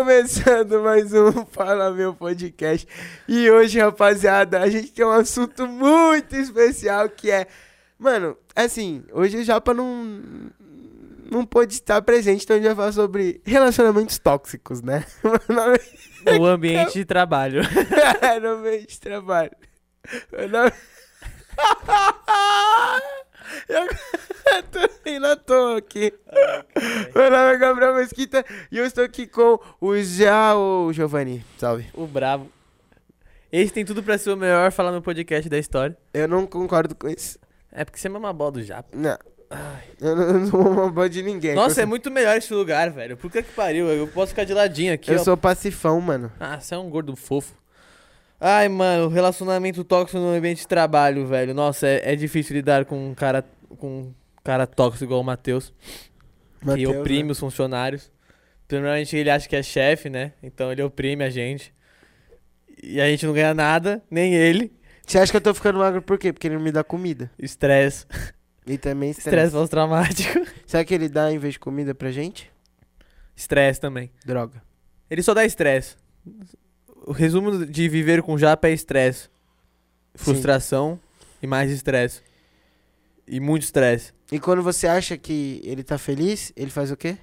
Começando mais um Fala Meu Podcast. E hoje, rapaziada, a gente tem um assunto muito especial que é. Mano, assim, hoje o Japa não. Não pôde estar presente, então a gente vai falar sobre relacionamentos tóxicos, né? Meu nome O ambiente de trabalho. é no meio de trabalho. Meu nome. Eu tô rindo à toa aqui. Meu nome é Gabriel Mesquita e eu estou aqui com o Jao Giovanni. Salve. O bravo. Esse tem tudo pra ser o melhor falar no podcast da história. Eu não concordo com isso. É porque você é uma bola do japa. Não. Eu não, eu não sou uma boa de ninguém. Nossa, é eu sou, muito melhor esse lugar, velho. Por que que pariu? Eu posso ficar de ladinho aqui, Eu ó. sou pacifão, mano. Ah, você é um gordo fofo. Ai, mano, relacionamento tóxico no ambiente de trabalho, velho. Nossa, é, é difícil lidar com um cara, com um cara tóxico igual o Matheus, que Mateus, oprime né? os funcionários. Primeiramente, ele acha que é chefe, né? Então ele oprime a gente. E a gente não ganha nada, nem ele. Você acha que eu tô ficando magro por quê? Porque ele não me dá comida. Estresse. E também Estresse estresse. pós-traumático. Será que ele dá em vez de comida pra gente? Estresse também. Droga. Ele só dá estresse. O resumo de viver com japa é estresse. Frustração e mais estresse. E muito estresse. E quando você acha que ele tá feliz, ele faz o quê?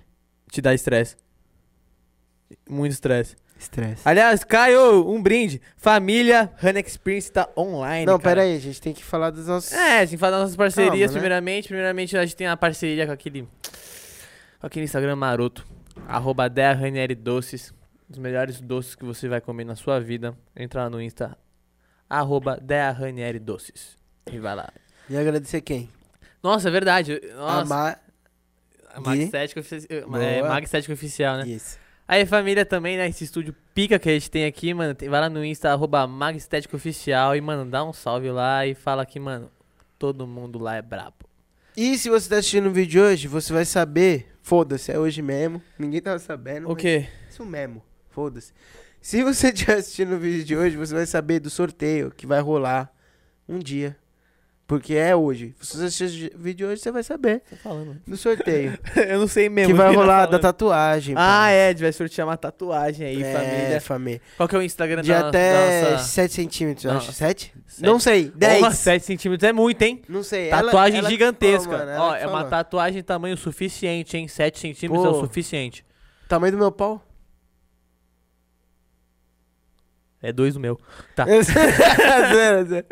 Te dá estresse. Muito estresse. Estresse. Aliás, Caio, um brinde. Família Honey Experience tá online. Não, cara. pera aí, a gente tem que falar dos nossos. É, a gente fala das nossas parcerias Calma, né? primeiramente. Primeiramente, a gente tem a parceria com aquele. Com aquele Instagram maroto. Arroba Dea Ranieri Doces. Os melhores doces que você vai comer na sua vida. Entra lá no Insta. Arroba Dea Ranieri Doces. E vai lá. E agradecer quem? Nossa, é verdade. eu- Nossa, A Ma- a Mag Gui. Estética Ofici- é, Boa. Mag Estética Oficial, né? Isso. Aí, família, também, né? Esse estúdio pica que a gente tem aqui, mano. tem- vai lá no Insta, arroba Magistética Oficial e, mano, dá um salve lá e fala que, mano, todo mundo lá é brabo. E se você tá assistindo o vídeo de hoje, você vai saber. Foda-se, é hoje mesmo. Ninguém tava sabendo. O mas quê? Isso mesmo. Foda-se. Se você estiver assistindo o vídeo de hoje, você vai saber do sorteio que vai rolar um dia. Porque é hoje. Se você assistir o vídeo de hoje, você vai saber Tá falando. do sorteio. Eu não sei mesmo. que o vai tá rolar da falando. tatuagem. Ah, é, a gente vai sortear uma tatuagem aí, É, família. família. Qual que é o Instagram De da, da até nossa... 7 centímetros, eu acho. Não, 7? sete- Não sei. 10. Porra, 7 centímetros é muito, hein? Não sei. ela- Tatuagem ela que gigantesca. falou, mano, ela Ó, que é uma falou. tatuagem tamanho suficiente, hein? 7 centímetros é Pô. o suficiente. Tamanho do meu pau? É dois do meu. Tá. Zero, zero.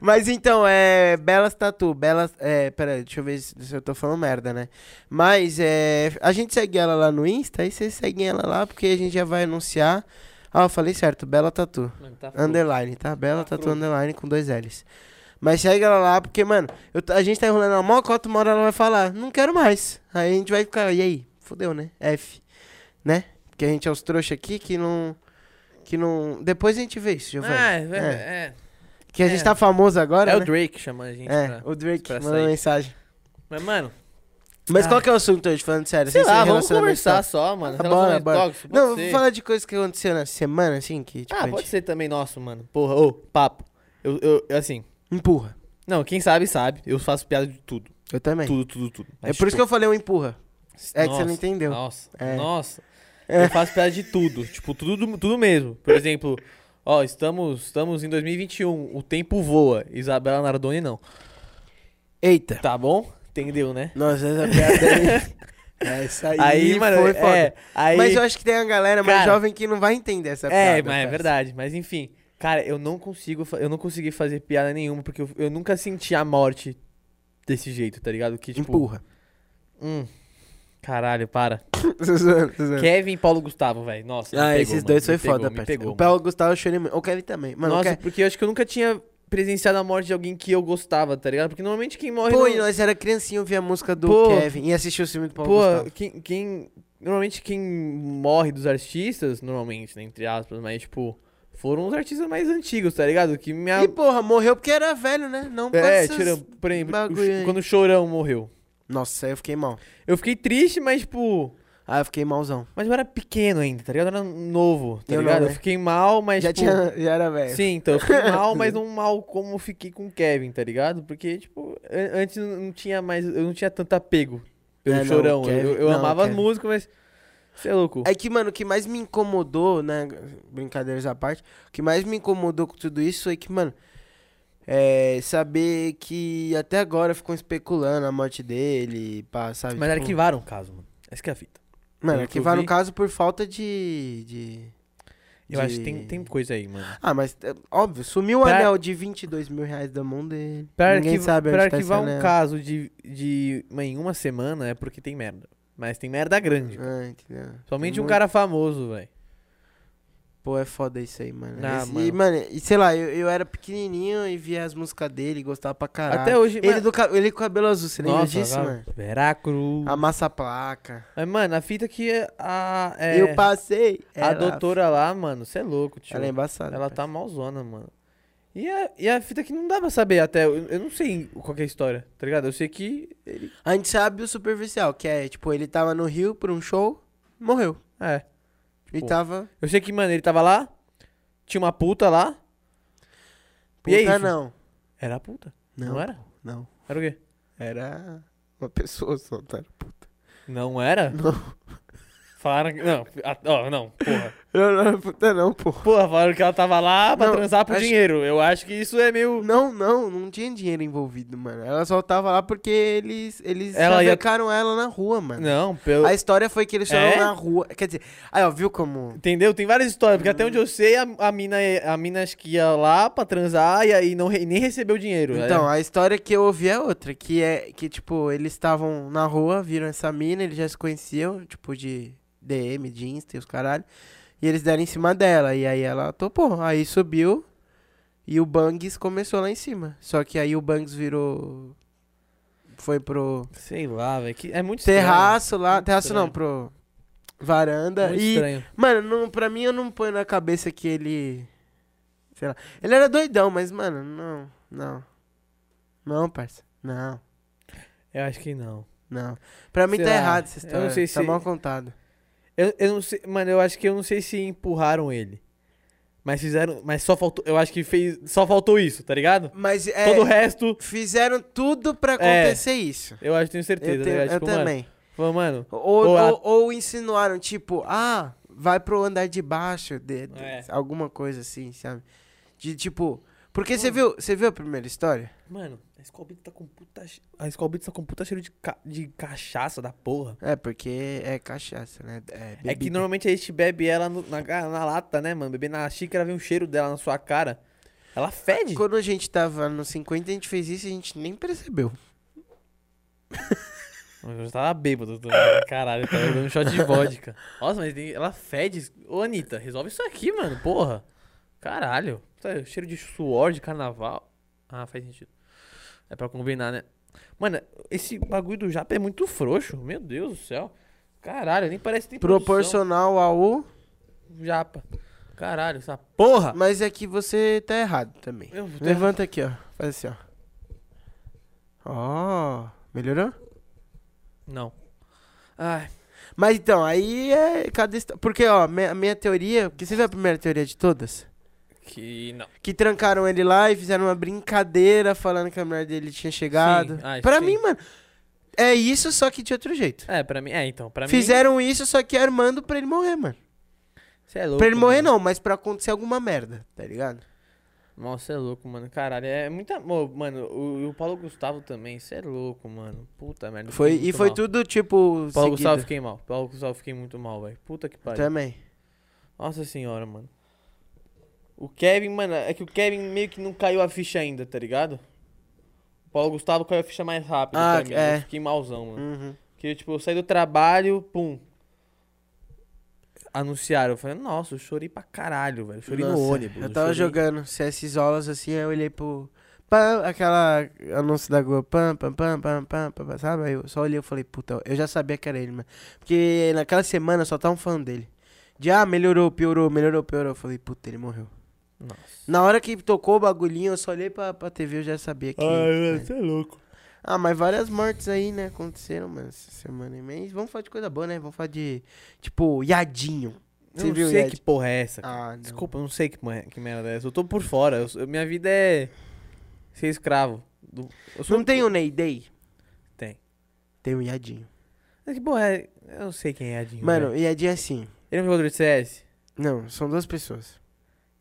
Mas então, é. Belas Tatu. Belas. É, pera, deixa eu ver se se eu tô falando merda, né? Mas é. A gente segue ela lá no Insta, aí vocês seguem ela lá, porque a gente já vai anunciar. Ah, eu falei certo, Bela Tatu. Mano, tá fofo. Underline, tá? Bela Tatu pronto. Underline com dois L's. Mas segue ela lá, porque, mano, eu tô- a gente tá enrolando ela mó cota, uma hora ela vai falar, não quero mais. Aí a gente vai ficar, e aí? Fudeu, né? F. Né? Porque a gente é os trouxa aqui que não. Que não. Depois a gente vê isso, Giovanni. Ah, é, é, é. Que a gente é. tá famoso agora. É o né? Drake chamando a gente É, pra... o Drake pra mandou sair. mensagem. Mas, mano, Mas Ah. qual que é o assunto hoje, falando sério? sei sem lá, ser vamos relacionamento conversar tóxico? só, mano. Ah, bora, Relacionamento bora. tóxico, pode Não, vamos ser. falar de coisas que aconteceu na semana, assim, que tipo, a Ah, gente pode ser também nosso, mano. Porra, ô, papo. Eu, eu, eu, assim... empurra. Não, quem sabe, sabe. Eu faço piada de tudo. Eu também. Tudo, tudo, tudo. tipo, é por isso que eu falei um empurra. É que você não entendeu. Nossa, É. nossa. É. Eu faço piada de tudo. tipo, tudo, tudo mesmo. Por exemplo, ó, estamos, estamos em 2021. O tempo voa. Isabela Nardoni não. Eita. Tá bom? Entendeu, né? Nossa, essa piada aí. essa É, aí, Aí, mano, foi foda. é, aí, Mas eu acho que tem uma galera mais Cara. jovem que não vai entender essa piada. É, mas é cara. verdade. Mas enfim, cara, eu não consigo, fa- eu não consegui fazer piada nenhuma porque eu, eu nunca senti a morte desse jeito, tá ligado? Que tipo, Empurra. hum, caralho, para. Tô zoando, tô zoando. Kevin e Paulo Gustavo, velho. Nossa, me É. Ah, pegou, esses mano, dois me foi pegou, foda, me parceiro. pegou, O Paulo Gustavo, eu chorei muito. O Kelly também. Mano, o Nossa, Kelly... porque eu acho que eu nunca tinha presenciado a morte de alguém que eu gostava, tá ligado? Porque normalmente quem morre. Pô, não- e nós era criancinha, ouvia a música do Pô. Kevin e assistia o filme do Paulo Pô, Gustavo. quem, quem- Normalmente quem morre dos artistas, normalmente, né? Entre aspas, mas tipo, foram os artistas mais antigos, tá ligado? Que me E porra, morreu porque era velho, né? Não por É, essas- tira, por exemplo, o bagulho Cho- aí. quando o Chorão morreu. Nossa, aí eu fiquei mal. Eu fiquei triste, mas tipo. Ah, eu fiquei malzão. Mas eu era pequeno ainda, tá ligado? Eu era novo, tá Eu não, ligado? né? Eu fiquei mal, mas. já tipo, tinha, já era velho. Sim, então eu fiquei mal, mas não mal como eu fiquei com o Kevin, tá ligado? Porque, tipo, an- antes não não tinha mais. Eu não tinha tanto apego pelo É, não, o chorão. Kevin- eu eu não, o amava as Kevin. músicas, mas. Você é louco. É que, mano, o que mais me incomodou, né? Brincadeiras à parte. O que mais me incomodou com tudo isso foi que, mano. É saber que até agora ficam especulando a morte dele, pá, sabe? Mas tipo, arquivaram o caso, mano. Essa que é a fita. Mano, pelo que eu arquivaram o vi- caso por falta de. de... Eu acho que tem, de- tem coisa aí, mano. Ah, mas é, óbvio, sumiu o Pra- anel de 22 mil reais da mão dele. Pra, Ninguém arquiv- sabe onde pra tá esse arquivar um anel. caso de, de uma- em uma semana é porque tem merda. Mas tem merda grande. Ah, entendeu? Somente Tem um muito- cara famoso, velho. Pô, é foda isso aí, mano. Ah, Esse- E, mano. mano, e sei lá, eu, eu era pequenininho e via as músicas dele, gostava pra caralho. Até hoje. Ele, mas- do, ca- ele com cabelo azul, você lembra Nossa, disso, cara. mano? Ah. Veracruz. Amassa a placa. Mas, mano, a fita que a. é, eu passei. a ela- doutora lá, mano, você é louco, tio. Ela é embaçada. Ela parceiro. tá malzona, mano. E a, e a fita que não dá pra saber até. Eu, eu não sei qual que é a história, tá ligado? Eu sei que. Ele, A gente sabe o superficial, que é, tipo, ele tava no Rio pra um show, morreu. é. E Pô. tava. Eu sei que, mano, ele tava lá. Tinha uma puta lá. E Puta, é isso. não. Era a puta. Não, Não, é? era? Não. Era o quê? Era uma pessoa só, tá? Não era? Não. Falaram que. Não, a- ó, não, porra. Não, não era puta, não, pô. Porra, falaram que ela tava lá pra Não, transar por acho- dinheiro. Eu acho que isso é meio. Não, não, não tinha dinheiro envolvido, mano. Ela só tava lá porque eles, eles Ela ia- chavecaram ela na rua, mano. Não, pelo. A história foi que eles foram É? na rua. Quer dizer, aí, ó, viu como. Entendeu? Tem várias histórias, porque até onde eu sei, a, a mina, é- a mina acho que ia lá pra transar e aí não, re- nem recebeu dinheiro. É, Então, a história que eu ouvi é outra, que é que, tipo, eles estavam na rua, viram essa mina, eles já se conheciam, tipo, de DM, de Insta e os caralho. E eles deram em cima dela, e aí ela topou. Aí subiu e o Bangs começou lá em cima. Só que aí o Bangs virou. Foi pro É, sei lá, velho. que- É muito terraço lá. Muito terraço não, estranho. pro. estranho. Varanda. Muito e. estranho. Mano, não, pra mim eu não ponho na cabeça que ele. Sei lá. Ele era doidão, mas, mano, não. Não. Não, parça. Não. Eu acho que não. Não. Pra mim Sei tá lá, errado essa eu não história. sei tá se- mal contado. Eu, eu não sei, mano, eu acho que eu não sei se empurraram ele. Mas fizeram. Mas só faltou. Eu acho que fez. Só faltou isso, tá ligado? Mas é. Todo o resto, Fizeram tudo pra É. acontecer isso. eu acho, tenho certeza. Eu, tá tenho- ligado? eu Tipo, mano, também. falou, mano, Ou, Ou a- ou, ou insinuaram, tipo, ah, vai pro andar de baixo, de, de- É. alguma coisa assim, sabe? De tipo. Porque você viu, você viu a primeira história? Mano, a Skol Beats tá com puta. che- A Skol Beats tá com puta cheiro de, ca- de cachaça da porra. É, porque é cachaça, né? É, É que bebida. normalmente a gente bebe ela no- na, ga- na lata, né, mano? Beber na xícara, vem o cheiro dela na sua cara. Ela fede. Quando a gente tava no 50, a gente fez isso e a gente nem percebeu. Mas Eu já tava bêbado. tô- Caralho, eu tava bebendo um shot de vodka. Nossa, mas tem- ela fede. Ô, Anitta, resolve isso aqui, mano, porra. Caralho. Tá, Cheiro de suor de carnaval. Ah, faz sentido. É pra combinar, né? Mano, esse bagulho do Japa é muito frouxo. Meu Deus do céu. Caralho, nem parece que tem produção. Proporcional ao. Japa. Caralho, essa porra. Mas é que você tá errado também. Ah. Eu vou ter- Levanta aqui, ó. Faz assim, ó. Ó. melhorou? Não. Ai, Mas então, aí é cada. histó- Porque, ó, me- a minha teoria. Porque você viu a primeira teoria de todas? que não. Que trancaram ele lá e fizeram uma brincadeira falando que a mulher dele tinha chegado. Sim, ai, pra sim. mim, mano, é isso, só que de outro jeito. É, pra mim. É, então, pra Fizeram isso, só que armando pra ele morrer, mano. mim. Você é louco. Pra ele morrer mano. não, mas pra acontecer alguma merda, tá ligado? Nossa, você é louco, mano. Caralho, é muita. Ô, Mano, o, o Paulo Gustavo também. Você é louco, mano. Puta merda. eu Foi, e fiquei muito foi mal. tudo, tipo, Paulo seguido. Gustavo, fiquei mal. Paulo Gustavo, fiquei muito mal, velho. Puta que pariu. Também. Nossa senhora, mano. O Kevin, mano, é que o Kevin meio que não caiu a ficha ainda, tá ligado? O Paulo Gustavo caiu a ficha mais rápido Ah, pra mim. é. Eu fiquei malzão, mano. Uhum. Que tipo, eu saí do trabalho, pum. Anunciaram. Eu falei, nossa, eu chorei pra caralho, velho. Eu Chorei no Nossa, ônibus. Eu tava chorei- jogando CS Isolas, assim, aí eu olhei pro... Pam, aquela anúncio da Globo, pam, pam, pam, pam, pam, pam, pam, sabe? Aí eu só olhei e falei, puta, eu já sabia que era ele, mano. Porque naquela semana só tava falando dele. De, ah, melhorou, piorou, melhorou, piorou. Eu falei, puta, ele morreu. Nossa. Na hora que tocou o bagulhinho, eu só olhei pra, pra TV, eu já sabia que... você é louco. Ah, mas várias mortes aí, né? Aconteceram, mano, essa semana e mês. Vamos falar de coisa boa, né? Vamos falar de. Tipo, Yadinho. Eu Você não viu, sei Yad? que porra é essa. cara. Ah, não. Desculpa, eu não sei que, porra- que merda é essa. Eu tô por fora. eu sou- minha vida é ser escravo. do- eu sou Não um- tem o Ney Day? Tem. Tem o Yadinho. Mas Que porra é? Eu não sei quem é Yadinho. Mano, velho. Yadinho é assim. ele é um jogador de CS? Não, são duas pessoas.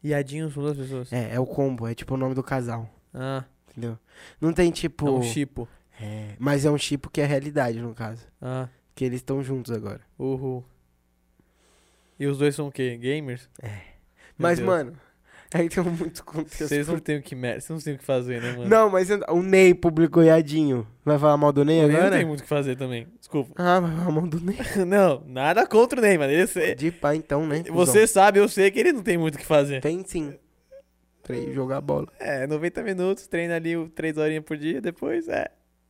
Yadinho são duas pessoas. É, é o combo, é tipo o nome do casal, Ah, entendeu? Não tem é tipo. um Chipo. É, mas é um tipo que é realidade, no caso. Ah, Que eles estão juntos agora. uhul. E os dois são o quê? Gamers? É. mas, mano, aí tem um muito contexto. Vocês não têm o que mer... Vocês não têm o que fazer, né, mano? Não, mas eu- o Ney publicou Yadinho. Vai falar mal do Ney Eu não agora? tenho muito o que fazer também. Desculpa. Ah, vai falar mal do Ney. não, nada contra o Ney, mano. Ele, se- De pá, então, né? Você sabe, eu sei que ele não tem muito o que cuzão? fazer. Tem sim. Três, jogar bola. É, 90 minutos, treina ali 3 horinhas por dia, depois é.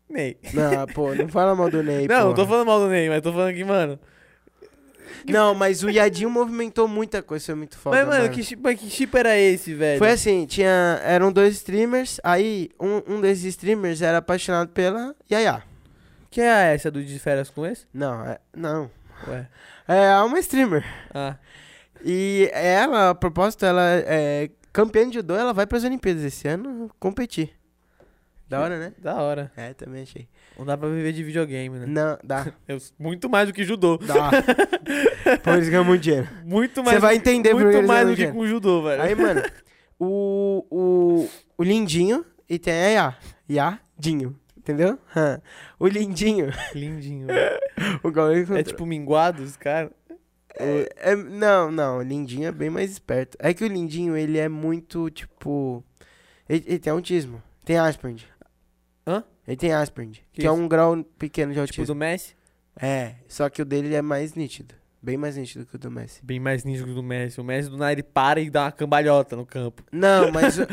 Ney. Não, pô, não fala mal do Ney, não, não tô porra. falando mal do Ney, mas tô falando que, mano. Não, mas o Yadinho movimentou muita coisa, isso é muito foda, mas, mano, Que, chip, mas que chip era esse, velho? Foi assim, tinha, eram dois streamers, aí um, um desses streamers era apaixonado pela Yaya. Que é essa do de férias com esse? Não, é, não. Ué. É uma streamer. Ah, E ela, a propósito, ela é campeã de judô, ela vai pras Olimpíadas esse ano competir. Da hora, né? da hora. É, também achei. Não dá pra viver de videogame, né? Não, dá, Eu- muito mais do que judô. dá. Por isso ganha muito dinheiro. Muito mais. Você vai entender porque muito eles mais ganham do que dinheiro. com judô, velho. Aí, mano, o, o, o Lindinho e tem a Yá. Yadinho, entendeu? Hã. O Lindinho, Lindinho. o Gaules É tipo minguados, cara. É, é- não, não, o Lindinho é bem mais esperto. É que o Lindinho, ele é muito, tipo... Ele, ele tem autismo. Tem Asperger. Hã? Ele tem Asperger, que, Que é isso? um grau pequeno de Tipo autismo. do Messi. É, só que o dele é mais nítido. Bem mais nítido que o do Messi. Bem mais ninja que o do Messi. O Messi do nada ele para e dá uma cambalhota no campo. Não, mas, o-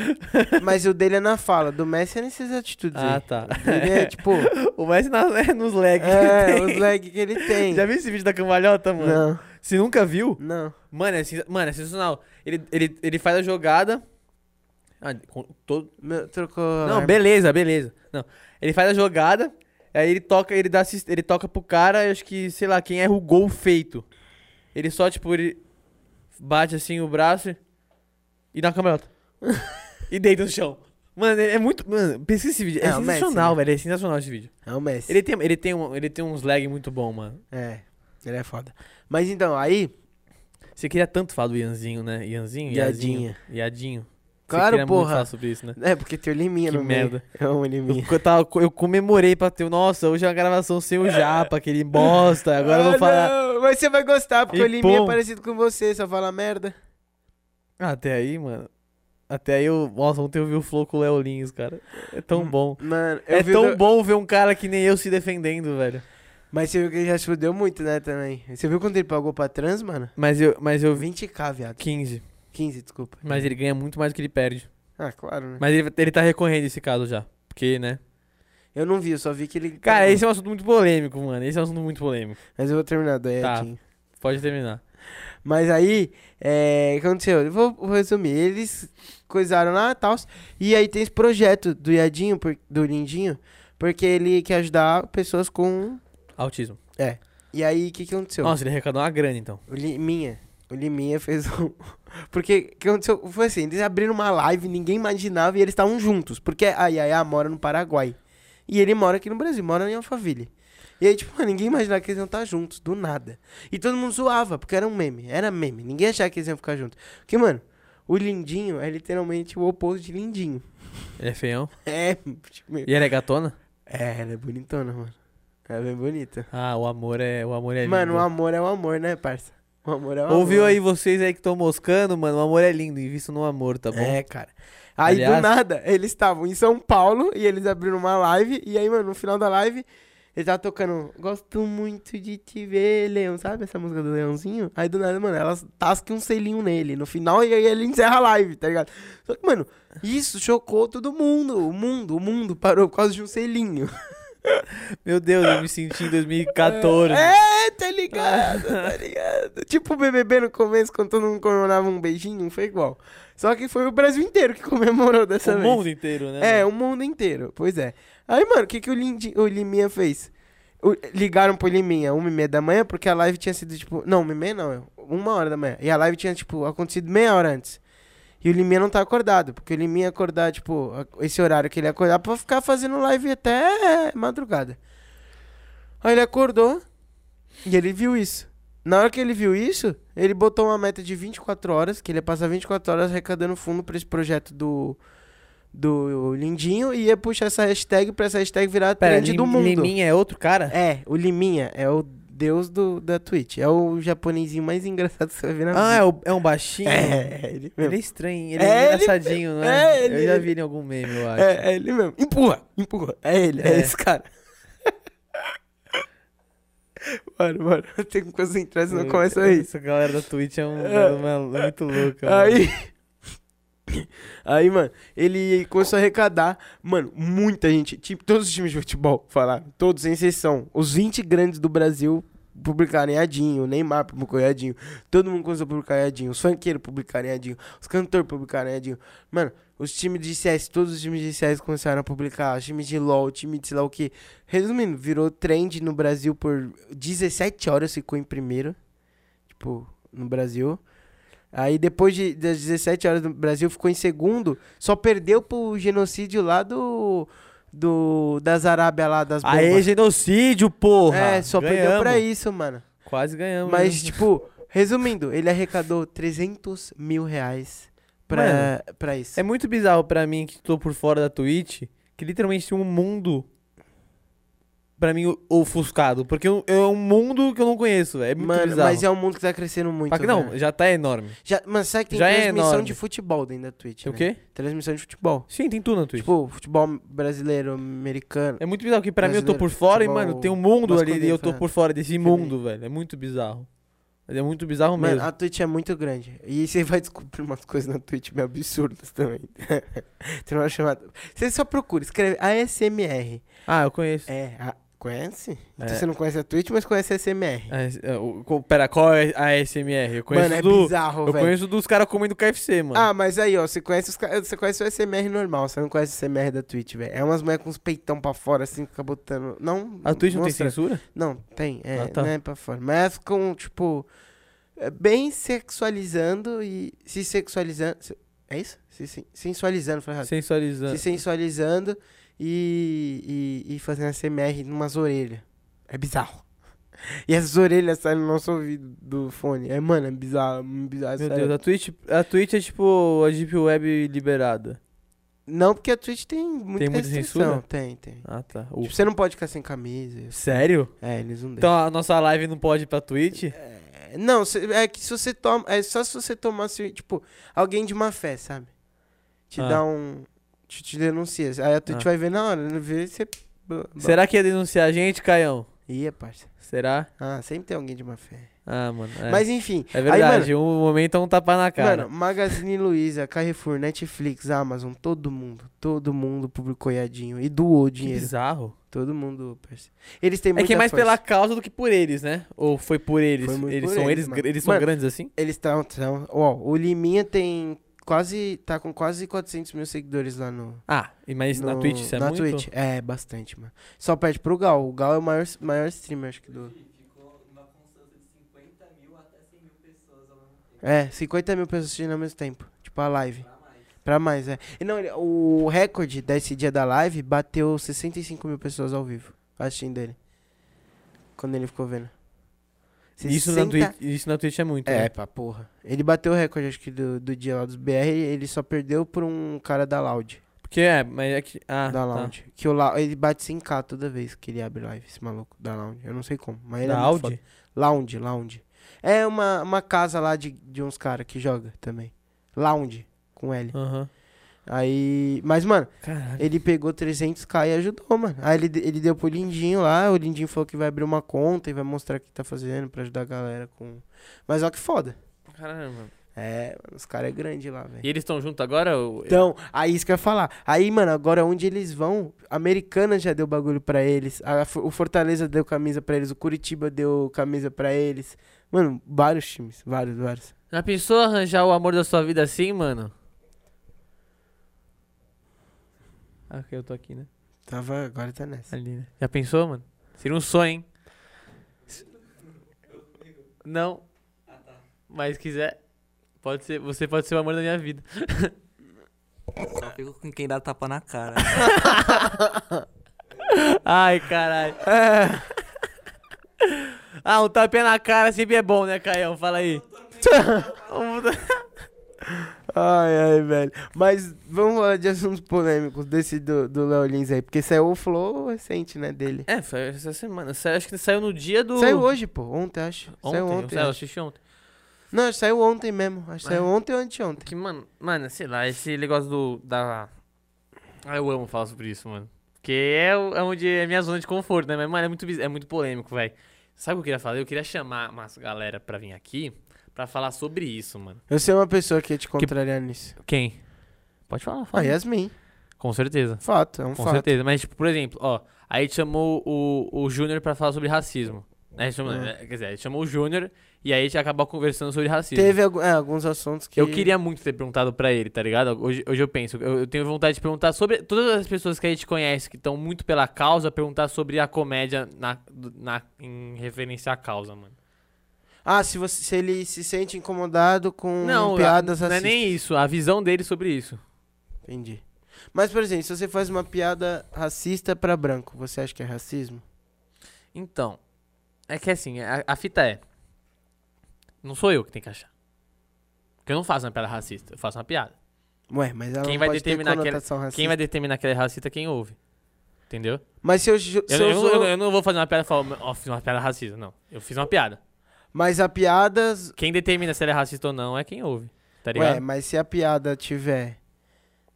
mas o dele é na fala. Do Messi é nessas atitudes Ah, aí. tá. Ele é, tipo... O Messi na- é nos legs. que É, ele tem. os lag que ele tem. Já viu esse vídeo da cambalhota, mano? Não, Se nunca viu, não. mano, é, sens- mano, é sensacional. Ele, ele, ele faz a jogada. Ah, com todo- Meu, trocou. a Não, arma. beleza, beleza. Não. Ele faz a jogada, aí ele toca, ele dá assist- ele toca pro cara, eu acho que, sei lá, quem erra o gol feito. Ele só, tipo, ele bate assim o braço e- e dá uma cambalhota. e deita no chão. Mano, é é muito. Mano, pesquisa esse vídeo. É, É, o Messi, sensacional, velho. É sensacional esse vídeo. É o Messi. Ele tem, ele tem, um, ele tem uns lag muito bom, mano. É, ele é foda. Mas então, aí. Você queria tanto falar do Ianzinho, né? Ianzinho? Yadinha. Iazinho, Iadinho. Você Claro, queria muito porra. falar sobre isso, né? É, porque tem o Liminha Que no meio. merda. É um Liminha. Eu, tava- eu comemorei pra ter. Nossa, hoje é uma gravação sem o Japa, aquele bosta. Agora eu vou Ah, falar. não, mas você vai gostar, porque E o Liminha pum. é parecido com você, só fala merda. Ah, Até aí, mano. Até aí eu. Nossa, ontem eu vi o Flow com o Léo Lins, cara. É tão Hum, bom. Mano, eu É vi o tão do- bom ver um cara que nem eu se defendendo, velho. Mas você viu que ele já se fudeu muito, né, também. Você viu quanto ele pagou pra trans, mano? Mas eu, mas eu vi 20k, viado. 15. 15, desculpa. Mas ele ganha muito mais do que ele perde. Ah, claro, né? Mas ele, ele tá recorrendo esse caso já. Porque, né? Eu não vi, eu só vi que ele. Cara, esse é um assunto muito polêmico, mano. Esse é um assunto muito polêmico. Mas eu vou terminar daí, Tá. Edinho. Pode terminar. Mas aí, é, o que aconteceu? Eu vou vou resumir. Eles coisaram lá e tal. E aí tem esse projeto do Iadinho, por- do Lindinho, porque ele quer ajudar pessoas com. Autismo. E aí, o que, que aconteceu? Nossa, ele arrecadou uma grana, então. O Liminha. O Liminha fez um. Porque o que aconteceu? Foi assim: eles abriram uma live, ninguém imaginava e eles estavam juntos. Porque a Yaya mora no Paraguai. E ele mora aqui no Brasil, mora em Alphaville. E aí, tipo, ninguém imaginava que eles iam estar juntos, do nada. E todo mundo zoava, porque era um meme, era meme. Ninguém achava que eles iam ficar juntos. Porque, mano, o lindinho é literalmente o oposto de lindinho. Ele é feião. É, tipo, E ela é gatona? é, ela é bonitona, mano. Ela é bem bonita. Ah, o amor é. O amor é lindo. Mano, o amor é o amor, né, parça? O amor é o amor. Ouviu aí vocês aí que estão moscando, mano? O amor é lindo, invista no amor, tá bom? É, cara. Aí Aliás- do nada, eles estavam em São Paulo e eles abriram uma live. E aí, mano, no final da live, ele tava tocando Gosto muito de te ver, Leão, sabe? Essa música do Leãozinho. Aí do nada, mano, elas tascam um selinho nele no final e aí ele encerra a live, tá ligado? Só que, mano, isso chocou todo mundo. O mundo, o mundo parou por causa de um selinho. Meu Deus, eu me senti em 2014. É, tá ligado, tá ligado. Tipo o BBB no começo, quando todo mundo comemorava um beijinho, foi igual. Só que foi o Brasil inteiro que comemorou dessa o vez. mundo inteiro, né? É, mano? o mundo inteiro, pois é. Aí, mano, o que, que o, Lindi, o Liminha fez? O- ligaram pro Liminha uma e meia da manhã, porque a live tinha sido, tipo... Não, uma e meia não, é uma hora da manhã. E a live tinha, tipo, acontecido meia hora antes. E o Liminha não tá acordado, porque o Liminha ia acordar, tipo, a- esse horário que ele ia acordar pra ficar fazendo live até madrugada. Aí ele acordou, E ele viu isso. Na hora que ele viu isso, ele botou uma meta de 24 horas, que ele ia passar 24 horas arrecadando fundo pra esse projeto do do Lindinho e ia puxar essa hashtag pra essa hashtag virar Pera, trend do mundo. Liminha é outro cara? É, o Liminha é o deus do, da Twitch. É o japonesinho mais engraçado que você vai ver na Ah, vida. é, o- é um baixinho? É, ele mesmo. Ele é estranho, ele é, É, ele- engraçadinho, né? é, ele- Eu já vi ele em algum meme, eu acho. É, é ele mesmo. Empurra, empurra. É ele, é, É. esse cara. bora, bora. Eu tenho que concentrar, É, senão começa a isso. Essa galera da Twitch é, um, É. é uma- é muito louca. mano. Aí. Aí, mano, ele começou a arrecadar, mano, muita gente. Tipo, todos os times de futebol falaram, todos, sem exceção. Os 20 grandes do Brasil publicaram Yadinho, o Neymar publicou Yadinho, todo mundo começou a publicar Yadinho, os funkeiros publicaram Yadinho, os cantores publicaram Yadinho. Mano, os times de CS, todos os times de CS começaram a publicar, os times de LoL, time de sei lá o que. Resumindo, virou trend no Brasil por 17 horas, ficou em primeiro, tipo, no Brasil. Aí depois de, das 17 horas do Brasil ficou em segundo, só perdeu pro genocídio lá do. do das Arábia lá, das bombas. Aê, genocídio, porra! é, só perdeu pra Ganhamos. isso, mano. Quase ganhamos. Mas, né? tipo, resumindo, ele arrecadou 300 mil reais pra, pra isso. É muito bizarro pra mim que tô por fora da Twitch, que literalmente tem um mundo pra mim o- ofuscado, porque eu- é um mundo que eu não conheço, é muito mano, bizarro. mas é um mundo que tá crescendo muito. Pra que- não, velho. já tá enorme. Já, mano, sabe que tem já é transmissão enorme. de futebol dentro da Twitch? O né? quê? Transmissão de futebol. Sim, tem tudo na Twitch. Tipo, futebol brasileiro, americano. é muito bizarro que pra mim eu tô brasileiro, por fora e, futebol mano, tem um mundo ali masculino, e eu tô Fernando. por fora desse mundo, velho. É muito bizarro. Mas é muito bizarro Mano, mesmo. a Twitch é muito grande. E você vai descobrir umas coisas na Twitch meio absurdas também. você não vai chamar. Você só procura, escreve ASMR. Ah, eu conheço. É, a- conhece? Então É. você não conhece a Twitch, mas conhece a ASMR. Ah, esse- é, o- co- pera, qual é a SMR? Eu conheço Mano, é do. bizarro, eu velho. conheço dos caras comendo KFC, mano. Ah, mas aí, ó, você conhece, os, ca- você conhece o ASMR normal, você não conhece o ASMR da Twitch, velho. É umas mulheres com os peitão pra fora, assim, fica botando. Não. a Twitch não tem mostra- censura? Não, tem, é, Ah, tá. não é pra fora. Mas com, tipo, é, bem sexualizando e se sexualizando. se- É isso? Se, sen- sensualizando, falei errado. Sensualizando. Ah. Se sensualizando e, e, e fazendo ASMR numas orelhas. É bizarro. E essas orelhas saem no nosso ouvido do fone. É, mano, é bizarro, é bizarro. Meu sério. Deus, a Twitch, a Twitch é tipo a Deep Web liberada. Não, porque a Twitch tem muita Tem muita restrição. censura? Tem, tem. Ah, tá. Tipo, você não pode ficar sem camisa. Sério? É, eles não deixam. Então a nossa live não pode ir pra Twitch? É, não, cê- é que se você toma. É só se você tomasse, tipo, alguém de má fé, sabe? Te Ah. dá um. Te, te denuncia. Aí a Twitch Ah. vai ver na hora, não vê, você. Será que ia denunciar a gente, Caião? Ia, parça. Será? Ah, sempre tem alguém de má fé. Ah, mano. É, Mas enfim. é verdade, um momento é um tapa na Aí, mano, cara. mano, Magazine Luiza, Carrefour, Netflix, Amazon, todo mundo. Todo mundo publicou Iadinho e doou que dinheiro. bizarro. Todo mundo, parça. Eles têm É que é muita mais força. pela causa do que por eles, né? Ou foi por eles? Foi muito eles por são eles, eles, mano. eles são Mano, grandes assim? Eles estão. Tão, ó, o Liminha tem quase. Tá com quase 400 mil seguidores lá no. Ah, e- mas na no- Twitch isso é na muito? Twitch, é, bastante, mano. Só perde pro Gal. O Gal é o maior, maior streamer, acho que do. É, 50 mil pessoas assistindo ao mesmo tempo. Tipo a live. Pra mais, é. E não, ele- o recorde desse dia da live bateu 65 mil pessoas ao vivo assistindo ele. Quando ele ficou vendo. Isso, na 60 Twitch. isso na Twitch é muito. é, né? pra porra. Ele bateu o recorde, acho que, do, do dia lá dos BR. Ele só perdeu por um cara da Loud. Porque é, mas é que. Ah, da tá. Loud. Que o Lau- ele bate 100k toda vez que ele abre live, esse maluco da Loud. Eu não sei como, mas ele Da é muito foda. Audi? Lounge, Lounge. É uma, uma casa lá de, de uns caras que joga também. Lounge, com L. Aham. Aí... Mas, mano, Caralho. ele pegou 300k e ajudou, mano. Aí ele, de- ele deu pro Lindinho lá. O Lindinho falou que vai abrir uma conta e vai mostrar o que tá fazendo pra ajudar a galera com... Mas olha que foda. Caralho, mano. É, mano, os caras é grande lá, velho. E eles estão juntos agora? ou- Então, aí isso que eu ia falar. Aí, mano, agora onde eles vão, a Americana já deu bagulho pra eles, a F- o Fortaleza deu camisa pra eles, o Curitiba deu camisa pra eles. Mano, vários times, vários, vários. Já pensou arranjar o amor da sua vida assim, mano? Ah, que eu tô aqui, né? Tava, agora tá nessa. Ali, né? Já pensou, mano? Seria um sonho, hein? S- Não. Mas quiser, pode ser, você pode ser o amor da minha vida. Só fico com quem dá tapa na cara. Ai, caralho. Ah, um tapinha na cara sempre é bom, né, Caião? Fala aí. Um ta- Ai, ai, velho. Mas vamos falar de assuntos polêmicos desse do, do Léo Lins aí, porque saiu o flow recente, né, dele. é, foi essa semana. Sa- Acho que saiu no dia do. Saiu hoje, pô. Ontem, acho. Ontem, saiu não ontem. é. saiu, eu acho. assisti ontem. Não, acho que saiu ontem mesmo. Acho que É. saiu ontem ou anteontem. Que, mano, mano, sei lá, esse negócio do. Da. Ah, eu amo falar sobre isso, mano. Porque é, o- é onde é a minha zona de conforto, né? Mas, mano, é muito, biz- é muito polêmico, velho. Sabe o que eu queria fazer? Eu queria chamar uma galera pra vir aqui pra falar sobre isso, mano. Eu sei uma pessoa que ia te contrariar nisso. Quem? Pode falar, Ah, fala. Yasmin. Com certeza. Fato, é um Com fato. certeza, mas, tipo, por exemplo, ó, aí te chamou o, o Júnior pra falar sobre racismo. Né? Chamou, Hum. eh, Quer dizer, ele chamou o Júnior e aí a gente acabou conversando sobre racismo. Teve algu- é, alguns assuntos que. Eu queria muito ter perguntado pra ele, tá ligado? Hoje, hoje eu penso, eu, eu tenho vontade de perguntar sobre todas as pessoas que a gente conhece que estão muito pela causa, perguntar sobre a comédia na, do- na, em referência à causa, mano. Ah, se, você, se ele se sente incomodado com não, Hum, piadas não é racistas. nem isso, a visão dele sobre isso. Entendi. Mas, por exemplo, se você faz uma piada racista pra branco, você acha que é racismo? Então, é que assim, a, a fita é. Não sou eu que tenho que achar. Porque eu não faço uma piada racista, eu faço uma piada. Ué, mas ela Quem não vai pode ter determinar aquele- conotação racista. Quem vai determinar que ela é racista é quem ouve. Entendeu? Mas se eu, ju- Eu, se eu eu- sou- eu- eu não vou fazer uma piada e falar, ó, fiz uma piada racista. Não. Eu fiz uma piada. Mas a piada... Quem determina se ela é racista ou não é quem ouve. Tá ligado? Ué, mas se a piada tiver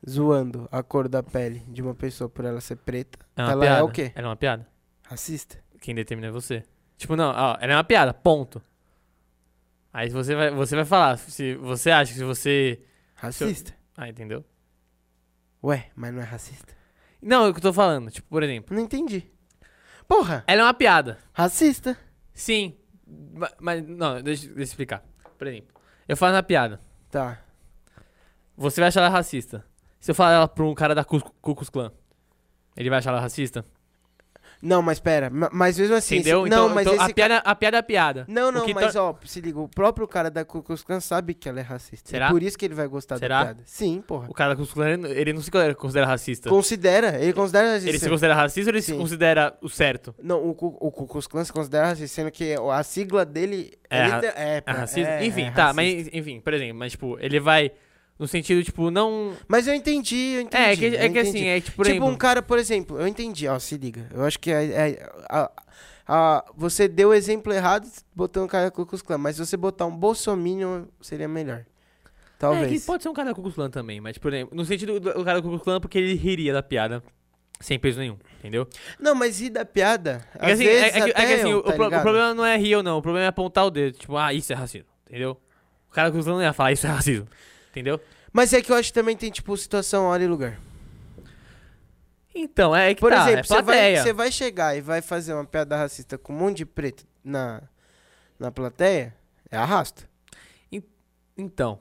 zoando a cor da pele de uma pessoa por ela ser preta, é uma ela piada. é o quê? Ela é uma piada. Racista. Quem determina é você. Tipo, não, ó, ela é uma piada, ponto. Aí você vai, você vai falar, se você acha que se você. Racista. Ah, entendeu? Ué, mas não é racista. Não, é o que eu tô falando. Tipo, por exemplo, Não entendi. Porra, ela é uma piada. racista. Sim. ma- Mas, não, deixa, deixa eu explicar. Por exemplo, eu faço uma piada. Tá. Você vai achar ela racista. Se eu falar ela pra um cara da Ku Ku Klux Klan, ele vai achar ela racista? Não, mas pera. ma- Mas mesmo assim... Entendeu? se- Então, Não, mas então a, esse... piada, a piada é a piada. Não, O não, que tá mas tor- ó, se liga, o próprio cara da Ku Klux Klan sabe que ela é racista. Será? É por isso que ele vai gostar Será? da piada. Sim, porra. O cara da Ku Klux Klan, ele- ele não se considera- considera racista. Considera, ele considera racista. Ele se considera racista ou ele se Sim. considera o certo? Não, o, Ku- o Ku Klux Klan se considera racista, sendo que a sigla dele É é, ra- liter- é, É pra- racista? é- enfim, é tá, racista. mas enfim, por exemplo, mas tipo, ele vai no sentido, tipo, não. Mas eu entendi, eu entendi. é, é que, é eu que entendi. assim, é tipo, por tipo, um exemplo, cara, por exemplo, eu entendi, ó, se liga. Eu acho que é- é- a- a- você deu o exemplo errado botando o cara Ku Klux Klan, mas se você botar um Bolsominion seria melhor. É que Talvez. pode ser um cara da Ku Klux Klan também, mas, por exemplo, no sentido do do cara da Ku Klux Klan, porque ele riria da piada sem peso nenhum, entendeu? Não, mas rir da piada? É que às assim, é- vezes é que- é até que assim, eu, o, tá pro- o ligado? problema não é rir ou não, o problema é apontar o dedo. Tipo, ah, isso é racismo, entendeu? O cara cruzando não ia falar, isso é racismo, entendeu? Mas é que eu acho que também tem, tipo, situação, hora e lugar. Então, é que Por tá, é exemplo, você vai, plateia. você vai chegar e vai fazer uma piada racista com um monte de preto na, na plateia, é arrasto. Então,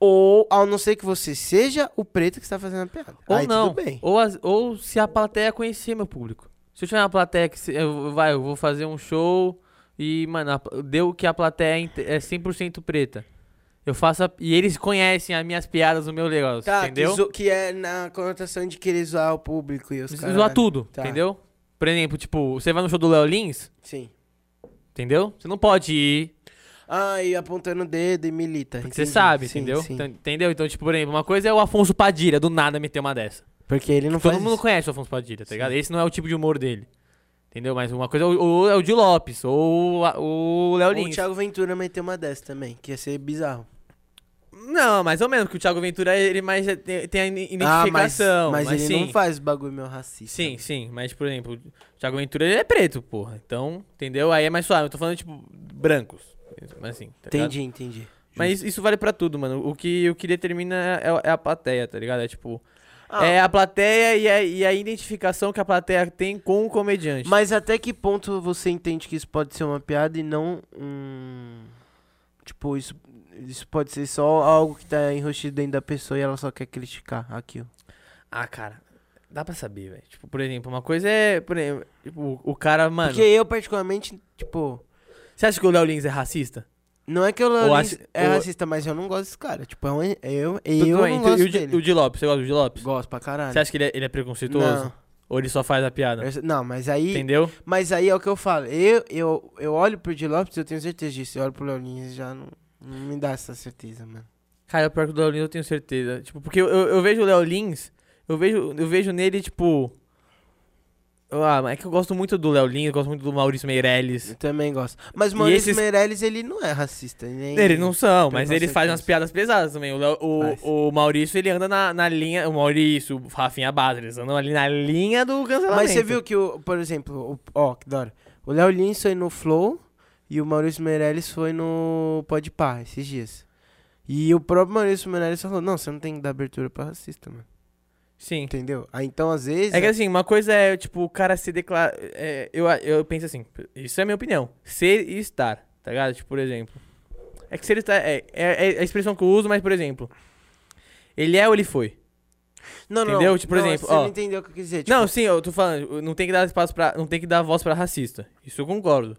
Ou, ao não ser que você seja o preto que está fazendo a piada. ou Aí não, tudo bem. ou, as- ou se a plateia conhecer meu público. Se eu tiver uma plateia que, se- eu, vai, eu vou fazer um show e, mano, a- deu que a plateia é inte- é 100% preta. Eu faço, a- e eles conhecem as minhas piadas, o meu negócio, Tá, que entendeu? zo- Que, é na conotação de querer zoar o público e os caras. Zoar tudo, Tá. entendeu? Por exemplo, tipo, você vai no show do Léo Lins, Sim. Entendeu? Você não pode ir, Ah, e apontando o dedo e milita. porque você entendi. sabe, Sim, entendeu? sim. Então, entendeu? Então, tipo, por exemplo, uma coisa é o Afonso Padilha, do nada meter uma dessa. Porque ele não Todo faz mundo isso. conhece o Afonso Padilha, tá Sim. ligado? Esse não é o tipo de humor dele. Entendeu? Mas uma coisa é o, ou é o de Lopes, ou a- o Léo O Lins. Thiago Ventura meteu uma dessa também, que ia ser bizarro. Não, mais ou menos, porque o Thiago Ventura ele mais é- tem, tem a in- Ah, mas, identificação. mas ele sim. não faz bagulho meu racista. Sim, sim. Mas, por exemplo, o Thiago Ventura ele é preto, porra. Então, entendeu? Aí é mais suave. Eu tô falando, tipo, brancos. Mas assim, tá ligado? Entendi, entendi. Mas isso- isso vale pra tudo, mano. O que, o que determina é, é a plateia, tá ligado? É tipo. Ah. É a plateia e a, e a identificação que a plateia tem com o comediante. Mas até que ponto você entende que isso pode ser uma piada e não um. Tipo, isso, isso pode ser só algo que tá enrustido dentro da pessoa e ela só quer criticar aquilo. Ah, cara. Dá pra saber, velho. Tipo, por exemplo, uma coisa é. Por exemplo, tipo, o, o cara, mano. Porque eu, particularmente, tipo. Você acha que o Léo Lins é racista? Não é que eu Ou Lins acho- é ou- racista, mas eu não gosto desse cara. Tipo, é um, eu, eu, Tudo não bem, tu- gosto e o, Di- dele. o de Lopes, você gosta do de Lopes? Gosto pra caralho. Você acha que ele é, ele é preconceituoso? Não. Ou ele só faz a piada? Eu- não, mas aí. Entendeu? Mas aí é o que eu falo. Eu, eu, eu olho pro Di Lopes, eu tenho certeza disso. Eu olho pro Leonins já não, não me dá essa certeza, mano. Cara, o pior que o Léo Lins eu tenho certeza. Tipo, porque eu, eu vejo o Léo Lins, eu vejo, eu vejo nele, tipo. Ah, mas é que eu gosto muito do Léo Lins, eu gosto muito do Maurício Eu Meirelles. também gosto. Mas o E Maurício esses- Meirelles, ele não é racista. Nem... Eles não são, mas Preconceituoso. ele faz umas piadas pesadas também. O, Léo- o- Faz. o Maurício, ele anda na, na linha. O Maurício, o Rafinha Bastos, eles andam ali na linha do cancelamento. Mas você viu que, o, por exemplo, o- ó, que da hora. O Léo Lins foi no Flow e o Maurício Meirelles foi no Podpah esses dias. E o próprio Maurício Meirelles falou, não, você não tem que dar abertura pra racista, mano. Sim. Entendeu? Aí, então, às vezes... É que assim, uma coisa é, tipo, o cara se declara. é, eu, eu penso assim, isso é minha opinião. Ser e estar, tá ligado? Tipo, por exemplo. É que ser e estar. É, é- é a expressão que eu uso, mas, por exemplo. Ele é ou ele foi? não, não, entendeu? Tipo, por não, exemplo, Você ó. não entendeu o que eu quis dizer. tipo, Não, sim, eu tô falando. Não tem que dar espaço pra. Não tem que dar voz pra racista. Isso eu concordo.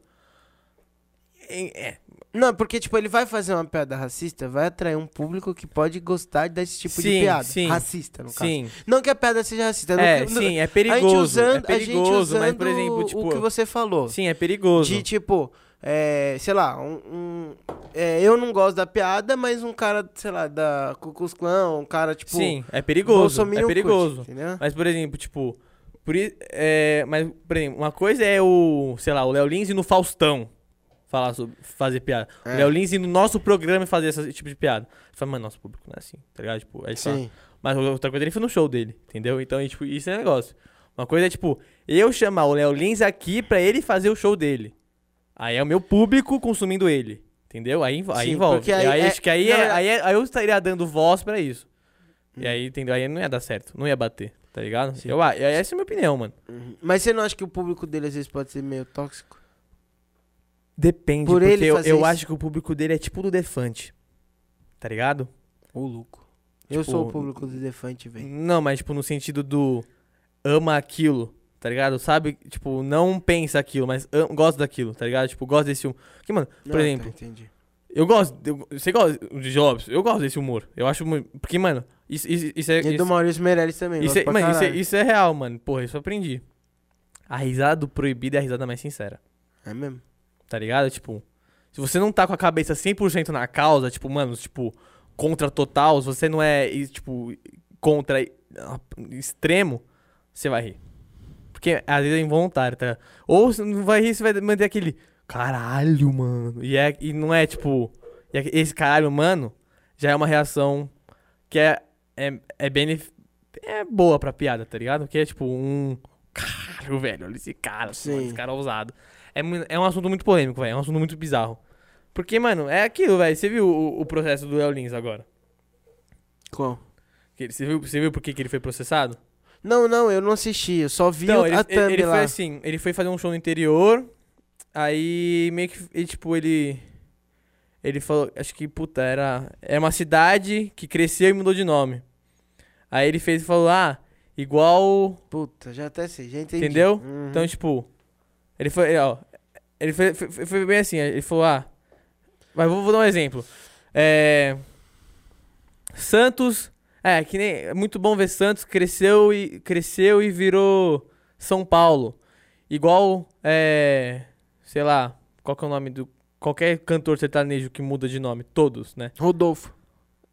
É, é, Não, porque, tipo, ele vai fazer uma piada racista, vai atrair um público que pode gostar desse tipo de Sim, piada. sim. Racista, no um caso. sim. Não que a piada seja racista. não É, que- não- sim, é a gente perigoso. usando, é perigoso, a gente usando mas, por exemplo, o- tipo. o que você falou. Sim, é perigoso. De, tipo, é, sei lá, um... um- é, eu não gosto da piada, mas um cara, sei lá, da Cucus Clã, um cara, tipo... sim, é perigoso. bolsominion É curte, perigoso. entendeu? Mas, por exemplo, tipo. Por, i- é, mas, por exemplo, uma coisa é o, sei lá, o Léo Lins ir no Faustão falar sobre, fazer piada. É. O Léo Lins ir no nosso programa e fazer esse tipo de piada. Você fala, mano, nosso público não é assim, tá ligado? Tipo, aí você fala, Sim. Mas outra coisa, ele foi no show dele, entendeu? Então, e, tipo, isso é negócio. Uma coisa é, tipo, eu chamar o Léo Lins aqui pra ele fazer o show dele. Aí é o meu público consumindo ele, entendeu? Aí, envo- aí Sim, envolve. porque E aí Aí, é- acho que aí, na é, verdade- aí, é- aí eu estaria dando voz pra isso. E aí, entendeu? Aí não ia dar certo, não ia bater, tá ligado? Eu, a- essa é a minha opinião, mano. Uhum. Mas você não acha que o público dele, às vezes, pode ser meio tóxico? Depende, Por porque ele eu, fazer eu isso. acho que o público dele é tipo do Defante, tá ligado? Ô, louco. Eu Tipo, sou o público do Defante, velho. Não, mas, tipo, no sentido do ama aquilo, tá ligado? Sabe? Tipo, não pensa aquilo, mas am- gosta daquilo, tá ligado? Tipo, gosta desse humor. Porque, mano, por Ah, tá, exemplo, entendi. eu gosto. eu- você gosta de Jobs? Eu gosto desse humor. Eu acho muito. Porque, mano, isso, isso, isso é. E do Isso, Maurício Meirelles também. isso gosto é pra mano, isso, é, caralho. isso é real, mano. Porra, isso eu aprendi. A risada do proibido é a risada mais sincera, É mesmo? tá ligado? Tipo, se você não tá com a cabeça 100% na causa, tipo, mano, tipo, contra total, se você não é, e, tipo, contra e- ah, extremo, você vai rir. Porque às vezes é involuntário, tá? Ou você não vai rir, você vai manter aquele caralho, mano. E, é, e não é tipo. e é- esse caralho, mano, já é uma reação que é, é, é bem. É boa pra piada, tá ligado? Que é tipo um. Caralho, velho, olha esse cara, Sim. esse cara ousado. É, mu- é um assunto muito polêmico, velho. É um assunto muito bizarro. Porque, mano, é aquilo, velho. Você viu o, o processo do El Lins agora? Qual? Que ele- Você viu, você viu por que, que ele foi processado? Não, não, eu não assisti. Eu só vi Então, o- ele, a ele- thumb ele lá. foi assim, ele foi fazer um show no interior, aí meio que, ele, tipo, ele... Ele falou, acho que, puta, era... É uma cidade que cresceu e mudou de nome. Aí ele fez e falou, ah, igual... Puta, já até sei, já entendi. Entendeu? Uhum. Então, tipo... Ele foi, ele, ó... Ele foi, foi- foi- foi bem assim, ele falou, ah... Mas vou, vou dar um exemplo. É... Santos... É, que nem... É muito bom ver Santos cresceu e, cresceu e virou... São Paulo. Igual, é, sei lá, qual que é o nome do... Qualquer cantor sertanejo que muda de nome, todos, né? Rodolfo.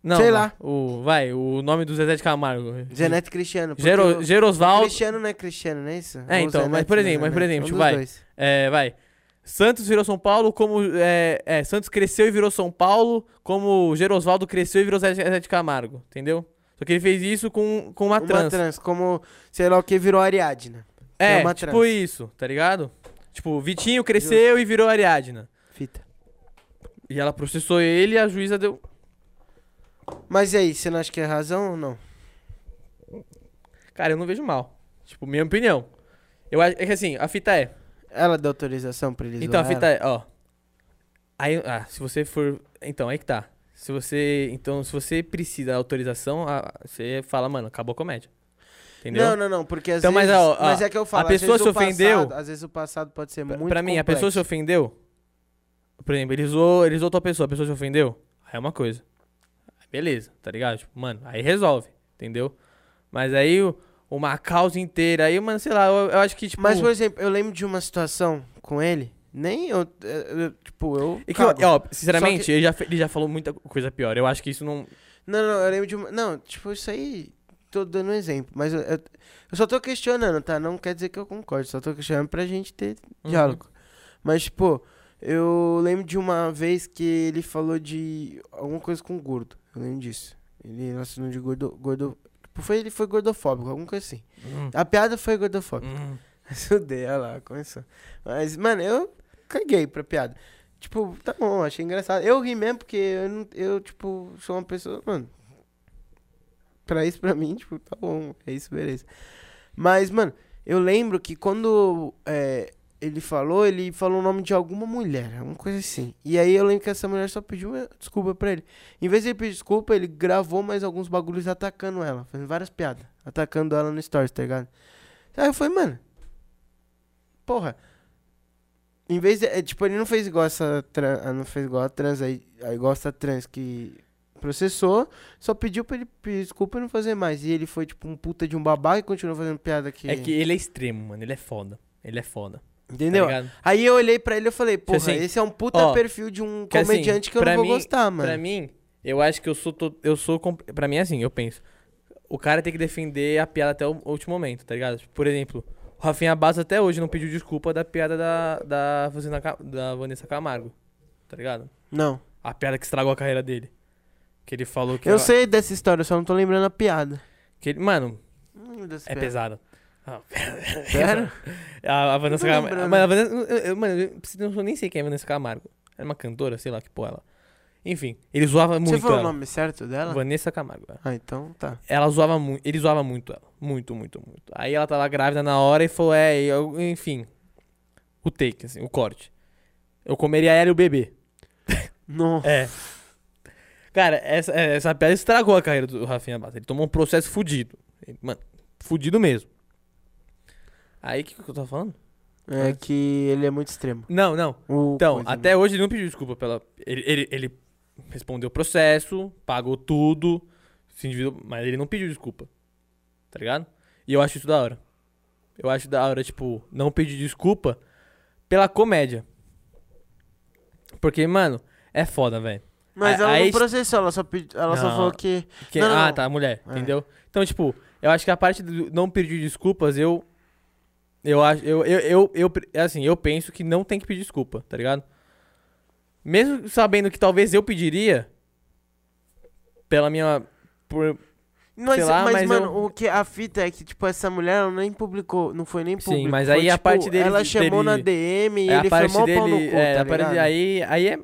Não, Sei não, lá. O, vai, o nome do Zezé de Camargo. Zenete Cristiano. porque Gero, o- Gerosvaldo, Cristiano não é Cristiano, não é isso? É, então, mas por exemplo, mas por exemplo, tipo, vai. né? Dois. é, vai. Santos virou São Paulo como... É, é, Santos cresceu e virou São Paulo como Gerosvaldo cresceu e virou Zezé de Camargo, entendeu? Só que ele fez isso com, com uma, Uma trans. trança. como, sei lá o que, virou Ariadna. É, É uma tipo trança. isso, tá ligado? Tipo, Vitinho cresceu e virou Ariadna. Fita. E ela processou ele e a juíza deu... Mas e aí, você não acha que é razão ou não? Cara, eu não vejo mal. Tipo, minha opinião. Eu acho é que assim, a fita é. Ela deu autorização pra ele Então, a zoar fita ela? é, ó. Aí, ah, se você for. Então, aí que tá. Se você. Então, se você precisa da autorização, a- você fala, mano, acabou a comédia. é, Entendeu? Não, não, não, porque às Então, mas, vezes... ó, ó, mas é que eu falo, às pessoa vezes se o passado- ofendeu- às vezes o passado pode ser Pra- muito pra mim, a pessoa se complexo. ofendeu. Por exemplo, ele zoou, ele zoou tua pessoa, a pessoa se ofendeu. Aí é uma coisa. Beleza, tá ligado? Tipo, mano, aí resolve, entendeu? Mas aí o, uma causa inteira. Aí, mano, sei lá, eu, eu acho que, tipo. Mas, por exemplo, eu lembro de uma situação com ele. Nem eu. eu- eu- tipo, eu. é que, ó, cago. ó, sinceramente, Só que- ele, já, fe- ele já falou muita coisa pior. Eu acho que isso não. Não, não, eu lembro de uma. Não, tipo, isso aí. Tô dando um exemplo. Mas eu, eu, eu só tô questionando, tá? Não quer dizer que eu concordo. Só tô questionando pra gente ter Uhum. diálogo. Mas, tipo, eu lembro de uma vez que ele falou de alguma coisa com gordo. Eu lembro disso. Ele assinou de gordo. gordo tipo, foi, ele foi gordofóbico, alguma coisa assim. Hum, A piada foi gordofóbica. hum. Estudei, olha lá, começou. Mas, mano, eu caguei pra piada. Tipo, tá bom, achei engraçado. Eu ri mesmo porque eu, não, eu tipo, sou uma pessoa, mano. Pra isso, pra mim, tipo, tá bom, é isso, beleza. Mas, mano, eu lembro que quando é, ele falou, ele falou o nome de alguma mulher, alguma coisa assim. E aí eu lembro que essa mulher só pediu uma desculpa pra ele. Em vez de ele pedir desculpa, ele gravou mais alguns bagulhos atacando ela, fazendo várias piadas, atacando ela no stories, tá ligado? Aí eu falei, mano, porra. Em vez de. é, tipo, ele não fez igual essa tran, ah, não fez igual a trans aí, ah, igual essa trans que processou, só pediu pra ele pedir desculpa e não fazer mais. E ele foi, tipo, um puta de um babaca e continuou fazendo piada que. É que ele é extremo, mano. Ele é foda. Ele é foda. tá Entendeu? ligado? Aí eu olhei pra ele e falei, porra, assim, esse é um puta ó, perfil de um que assim, comediante que eu não pra vou mim- gostar, Ah, mano. Pra mim, eu acho que eu sou. To... Eu sou. com- Pra mim é assim, eu penso. O cara tem que defender a piada até o último momento, tá ligado? Por exemplo, o Rafinha Basso até hoje não pediu desculpa da piada da, da, Vanessa Ca- da Vanessa Camargo, tá ligado? Não. A piada que estragou a carreira dele. Que ele falou que. Eu ela- sei dessa história, eu só não tô lembrando a piada. Que ele... Mano, Não lembro dessa é piada. pesado. Sério? A, a Vanessa Não tô Camargo. lembrando. Mas a Vanessa, eu- eu- mano, eu, preciso- eu nem sei quem é a Vanessa Camargo. Era uma cantora, sei lá que porra ela. Enfim, ele zoava muito. Você falou o ela. nome certo dela? Vanessa Camargo. é. Ah, então tá. Ela zoava muito, ele zoava muito ela, muito, muito, muito. Aí ela tava grávida na hora e falou, é, eu- enfim, o take, assim, o corte. Eu comeria ela e o bebê. Não. É. Cara, essa, é, essa piada estragou a carreira do Rafinha Bata. Ele tomou um processo fudido. Ele- Mano, fudido mesmo. Aí, o que, que eu tava falando? É que ele é muito extremo. Não, não. O Então, coisa, né? até hoje ele não pediu desculpa pela... Ele, ele, ele respondeu o processo, pagou tudo, se endividou, mas ele não pediu desculpa. Tá ligado? E eu acho isso da hora. Eu acho da hora, tipo, não pedir desculpa pela comédia. Porque, mano, é foda, velho. Mas a- ela aí- não processou, ela só, pedi- ela só Não. falou que. Que- Não, não, ah, não. tá, mulher, É. entendeu? Então, tipo, eu acho que a parte do não pedir desculpas, eu. Eu acho. Eu, eu, eu, eu, pre- é assim, eu penso que não tem que pedir desculpa, tá ligado? Mesmo sabendo que talvez eu pediria. Pela minha. Por, Mas, lá, mas, mas mano, eu- o que a fita é que, tipo, essa mulher ela nem publicou, não foi nem Sim, público. mas foi, aí a tipo, parte dele- Ela chamou na dele- DM e é a ele parte firmou o pau no dele. cu, é, tá a parte, ligado? aí, aí é.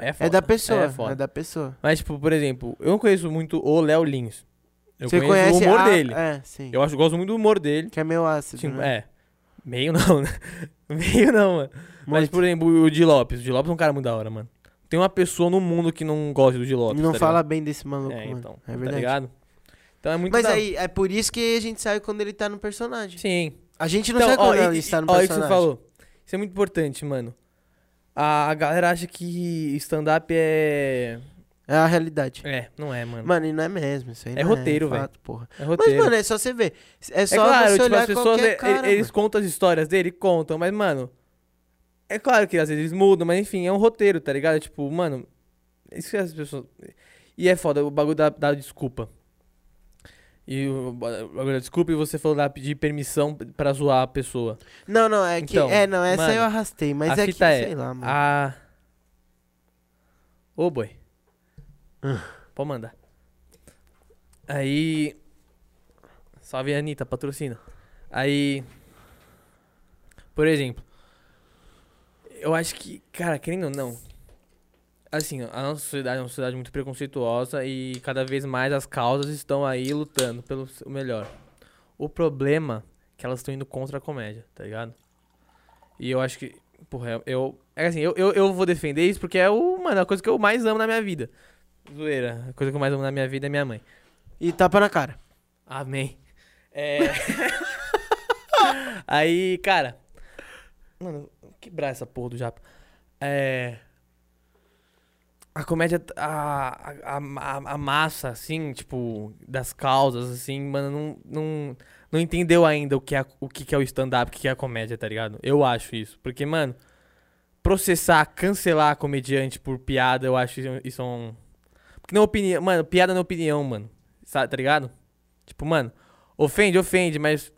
É, foda, é da pessoa, É foda. é da pessoa. Mas, tipo, por exemplo, eu não conheço muito o Léo Lins. Eu Você conheço conhece o humor a- dele. É, sim. Eu acho, gosto muito do humor dele. Que é meio ácido, Sim, né? É. Meio não, né? Meio não, mano. Mas, Muito. por exemplo, o Di Lopes. O Di Lopes é um cara muito da hora, mano. Tem uma pessoa no mundo que não gosta do Di Lopes. E não tá fala ligado? bem desse maluco, É, mano. então. é Tá verdade. ligado? Então é muito mas da- aí, é por isso que a gente sabe quando ele tá no personagem. Sim. A gente não Então, sabe ó, quando ele e- está no ó, isso que personagem. você falou. Isso é muito importante, mano. A a galera acha que stand-up é. É a realidade. É, não é, mano. Mano, e não é mesmo, isso aí É não roteiro, velho. fato, porra. É Mas, roteiro. mano, é só você ver. É só é claro, você tipo, olhar as pessoas, qualquer e- cara, e- eles mano. contam as histórias dele, contam, mas, mano, é claro que às vezes mudam, mas enfim, é um roteiro, tá ligado? Tipo, mano, isso que as pessoas. E é foda, o bagulho da, da desculpa. E o ba- o bagulho da desculpa, e você falou da pedir permissão pra zoar a pessoa. Não, não, é que. Então, é, não, essa mano, eu arrastei, mas a é que. fita é, sei lá, mano. Ah. Ô, boi. Pode mandar. Aí. Salve, Anitta, patrocina. Aí. Por exemplo. Eu acho que, cara, querendo ou não. Assim, a nossa sociedade é uma sociedade muito preconceituosa e cada vez mais as causas estão aí lutando pelo s- o melhor. O problema é que elas estão indo contra a comédia, tá ligado? E eu acho que, porra, eu. É assim, eu, eu, eu vou defender isso porque é o, mano, a coisa que eu mais amo na minha vida. Zoeira. A coisa que eu mais amo na minha vida é minha mãe. E tapa na cara. Amém. É. Aí, cara. Mano, quebrar essa porra do japa. É. a comédia, a, a, a, a massa, assim, tipo, das causas, assim, mano, não, não, não entendeu ainda o que é, o que que é o stand-up, o que que é a comédia, tá ligado? Eu acho isso. Porque, mano, processar, cancelar comediante por piada, eu acho isso- isso um. Porque não é opinião, mano, piada não é opinião, mano. Sabe, tá ligado? Tipo, mano, ofende, ofende, mas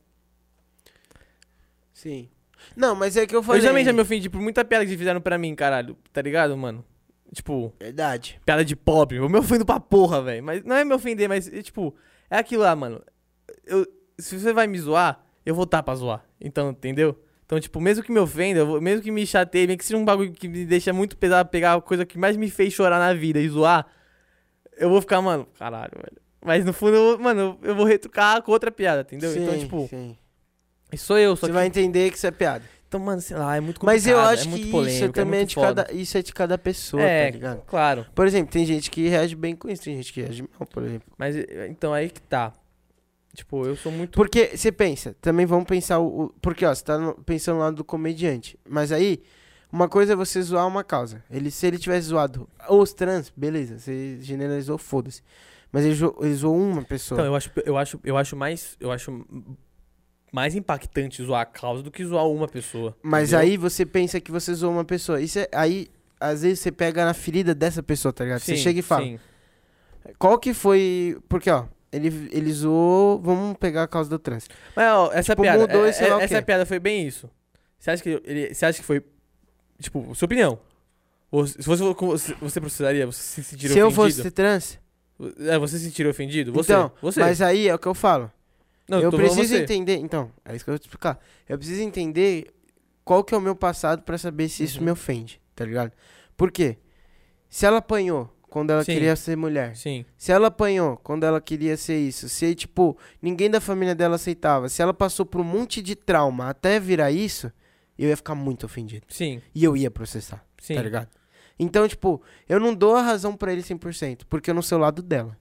Sim. Não, mas é que eu eu falei. também já me ofendi por muita piada que fizeram pra mim, caralho, tá ligado, mano? Tipo. Verdade. piada de pobre. Eu me ofendo pra porra, velho. Mas não é me ofender, mas, é, tipo, é aquilo lá, mano. Eu, se você vai me zoar, eu vou estar pra zoar. Então, entendeu? Então, tipo, mesmo que me ofenda, eu vou- mesmo que me chateie, mesmo que seja um bagulho que me deixa muito pesado pegar a coisa que mais me fez chorar na vida e zoar, eu vou ficar, mano, caralho, velho. Mas no fundo, eu, vou- mano, eu vou retrucar com outra piada, entendeu? então, Sim, tipo, sim. isso sou eu, só Você que... vai entender que isso é piada. Então, mano, sei lá, é muito complicado, Mas eu acho é que muito isso polêmico, é também é muito de foda. cada, isso é de cada pessoa, É, tá ligado? claro. Por exemplo, tem gente que reage bem com isso, tem gente que reage mal, por exemplo. Mas, eh, então, aí que tá. Tipo, eu sou muito... Porque você pensa, também vamos pensar o. o- porque, ó, você tá no- pensando no lado do comediante. Mas aí, uma coisa é você zoar uma causa. Ele, se ele tivesse zoado os trans, beleza, você generalizou, foda-se. Mas ele, zo- ele zoou uma pessoa. Então, eu acho, eu acho, eu acho mais, eu acho mais impactante zoar a causa do que zoar uma pessoa. mas entendeu? aí você pensa que você zoou uma pessoa. Isso é- aí, às vezes, você pega na ferida dessa pessoa, tá ligado? você Sim, chega e fala. sim. Qual que foi. Porque, ó, ele, ele zoou. Vamos pegar a causa do trans. Mas ó, essa Tipo, piada, mudou é- e sei lá o é- essa quê. piada foi bem isso. Você acha que ele, você acha que foi tipo, sua opinião? Ou se fosse você, você processaria, você se sentiria Se eu ofendido? fosse trans. É, você se sentiria ofendido? Você, então, você. mas aí é o que eu falo. Não, eu tô falando preciso você. entender. Então, é isso que eu vou te explicar. Eu preciso entender qual que é o meu passado pra saber se isso Uhum. me ofende, tá ligado? Por quê? Se ela apanhou quando ela Sim. queria ser mulher, Sim. se ela apanhou quando ela queria ser isso, se, tipo, ninguém da família dela aceitava, se ela passou por um monte de trauma até virar isso, eu ia ficar muito ofendido. Sim. E eu ia processar, Sim. É, tá ligado? Então, tipo, eu não dou a razão pra ele 100%, porque eu não sei o lado dela.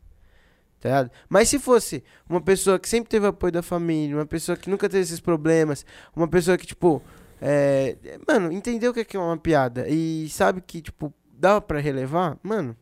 Tá ligado? Mas se fosse uma pessoa que sempre teve apoio da família, uma pessoa que nunca teve esses problemas, uma pessoa que, tipo, é, é, mano, entendeu o que é que é uma piada e sabe que, tipo, dá pra relevar, mano,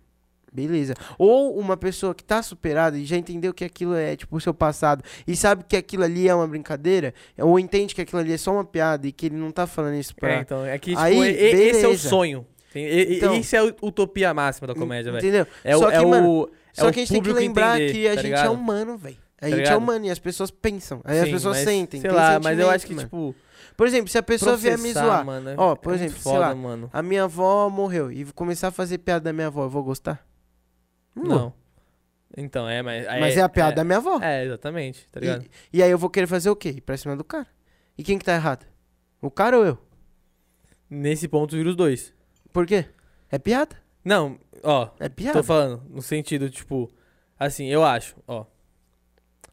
beleza. Ou uma pessoa que tá superada e já entendeu que aquilo é, tipo, o seu passado e sabe que aquilo ali é uma brincadeira, ou entende que aquilo ali é só uma piada e que ele não tá falando isso pra. É, então, é que tipo, Aí, e- e- esse é o beleza. sonho. Tem- e- e- Então- isso é a utopia máxima da comédia, velho. Entendeu? É, o- Só é que, o mano, é Só o que a gente tem que público lembrar entender, que a tá gente é ligado? humano, velho. A Tá gente é ligado? humano e as pessoas pensam. Aí as Sim, pessoas mas, sentem. Sei tem lá, mas eu sentimento, acho que, mano. tipo, Por exemplo, se a pessoa vier me processar, zoar, mano, é- Ó, por é muito exemplo, sei foda, lá, mano. a minha avó morreu e vou começar a fazer piada da minha avó, eu vou gostar? vou. Não. Então, é, mas. Mas é a piada da minha avó. É, exatamente, tá ligado? e, e aí eu vou querer fazer o quê? Ir pra cima do cara. E quem que tá errado? O cara ou eu? Nesse ponto vira os dois. Por quê? É piada? Não, ó, É piada. tô falando, no sentido, tipo, assim, eu acho, ó.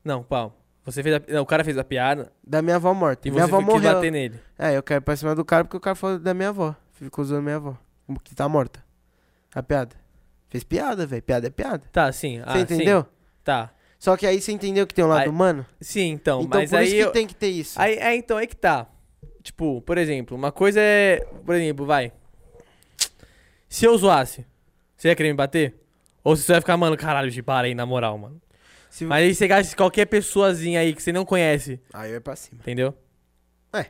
Não, pau. Você fez a, não, o cara fez a piada Da minha avó morta. e minha você avó foi- quis morreu. bater nele. É, eu quero ir pra cima do cara porque o cara falou da minha avó. Ficou zoando minha avó. Que tá morta. A piada. Fez piada, velho. Piada é piada. Tá, sim. Você entendeu? Tá. Só que aí você entendeu que tem um lado Aí- humano? Sim, então, então mas por aí. isso que eu- tem que ter isso. Aí, aí, então, é que tá. Tipo, por exemplo, uma coisa é. Por exemplo, vai. Se eu zoasse, você ia querer me bater? Ou você só ia ficar, mano, caralho, de para aí, na moral, mano. Se- Mas aí você gasta qualquer pessoazinha aí que você não conhece, Aí vai pra cima. entendeu? É.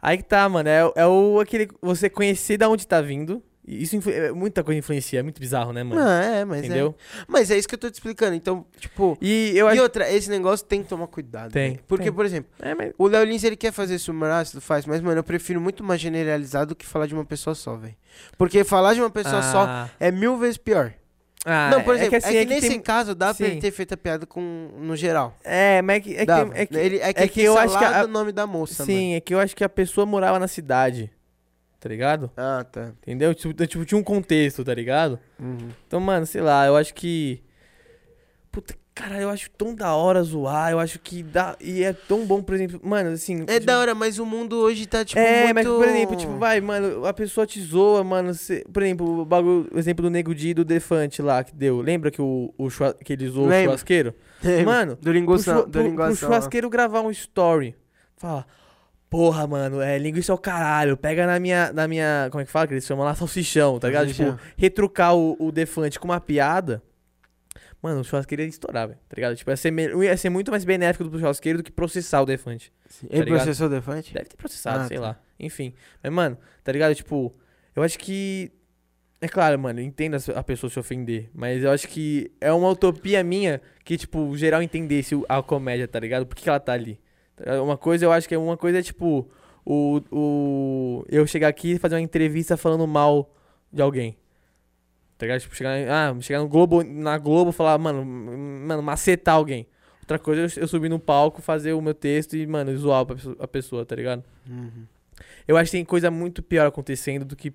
Aí que tá, mano. É, é o aquele. Você conhecer da onde tá vindo. e Isso influ- é, muita coisa influencia, é muito bizarro, né, mano? Não, é, mas entendeu? é. Mas é isso que eu tô te explicando. Então, tipo. E eu E acho. outra, esse negócio tem que tomar cuidado. Tem, velho. Porque, tem. por exemplo, É, mas. o Léo Lins, ele quer fazer humor ácido, faz, mas, mano, eu prefiro muito mais generalizar do que falar de uma pessoa só, velho. Porque falar de uma pessoa só Ah, é mil vezes pior. ah, não, por é exemplo, que, assim, é que nesse tem- caso dá pra ele Sim. ter feito a piada com, no geral. É, mas é que. É que, Dava. é que- Ele- é que, é que eu acho que a- o nome da moça, Sim, é que eu acho que a pessoa morava na cidade, tá ligado? mano. Ah, tá. Entendeu? Tipo, tipo, tinha um contexto, tá ligado? Uhum. Então, mano, sei lá, eu acho que. Puta, cara, eu acho tão da hora zoar, eu acho que dá. E é tão bom, por exemplo. Mano, assim. É da hora, mas o mundo hoje tá, tipo, é, muito... mas por exemplo, tipo, vai, mano, a pessoa te zoa, mano. cê- por exemplo, o bagulho, o exemplo do Nego Di e do Defante lá que deu. Lembra que, o, o churra- que ele zoou Lembro. o churrasqueiro? Mano, do pro, linguição, chu- pro- pro churrasqueiro gravar um story. Fala, Porra, mano, é linguiça é o caralho. Pega na minha. Na minha como é que fala? Que eles chamam lá salsichão, tá ligado? Tipo, Salsichão. retrucar o, o defante com uma piada. Mano, o churrasqueiro ia estourar, velho. Tá ligado? Tipo, ia ser, me- ia ser muito mais benéfico pro churrasqueiro do que processar o defante. Ele tá ligado? É. processou o Defante? Deve ter processado, Ah, sei tá. lá. Enfim. Mas, mano, tá ligado? Tipo, eu acho que. É claro, mano, eu entendo a se- a pessoa se ofender. Mas eu acho que é uma utopia minha que, tipo, geral entendesse o- a comédia, tá ligado? Por que que ela tá ali? Tá ligado? Uma coisa, eu acho que é uma coisa é, tipo, o, o. Eu chegar aqui e fazer uma entrevista falando mal de alguém. Tá ligado? Tipo, chegar, ah, chegar no Globo, na Globo e falar, mano, m- mano, macetar alguém. Outra coisa é eu, eu subir no palco, fazer o meu texto e, mano, zoar a pessoa- a pessoa, tá ligado? Uhum. Eu acho que tem coisa muito pior acontecendo do que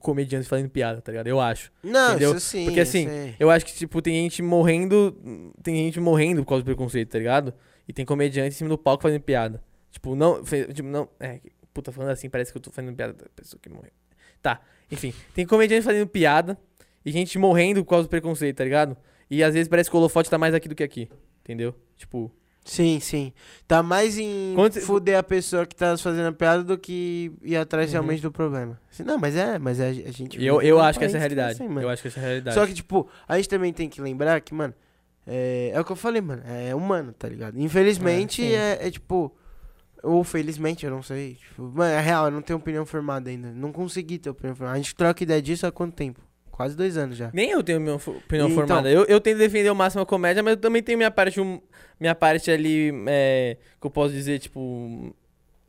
comediantes fazendo piada, tá ligado? Eu acho. Não, Entendeu? isso sim. Porque, eu assim, sei. Eu acho que, tipo, tem gente morrendo. Tem gente morrendo por causa do preconceito, tá ligado? E tem comediante em cima do palco fazendo piada. Tipo, não. fe- Tipo, não. É, puta, falando assim, parece que eu tô fazendo piada da pessoa que morreu. Tá, enfim, tem comediante fazendo piada e gente morrendo por causa do preconceito, tá ligado? E às vezes parece que o holofote tá mais aqui do que aqui. Entendeu? Tipo. Sim, sim. Tá mais em Quando- fuder a pessoa que tá fazendo a piada do que ir atrás Uhum. realmente do problema. Assim, Não, mas é, mas é, a gente. Eu, vive eu num acho que país essa é a é realidade. assim, mano. Eu acho que essa é a realidade. Só que, tipo, a gente também tem que lembrar que, mano, é, é o que eu falei, mano, é humano, tá ligado? Infelizmente, É, sim. é, é, tipo. Ou felizmente, eu não sei. Tipo, mano, é real, eu não tenho opinião formada ainda. Não consegui ter opinião formada. A gente troca ideia disso há quanto tempo? Quase dois anos já. Nem eu tenho minha fo- opinião Então. formada. Eu, eu tento defender o máximo a comédia, mas eu também tenho minha parte, hum- minha parte ali, é, que eu posso dizer, tipo,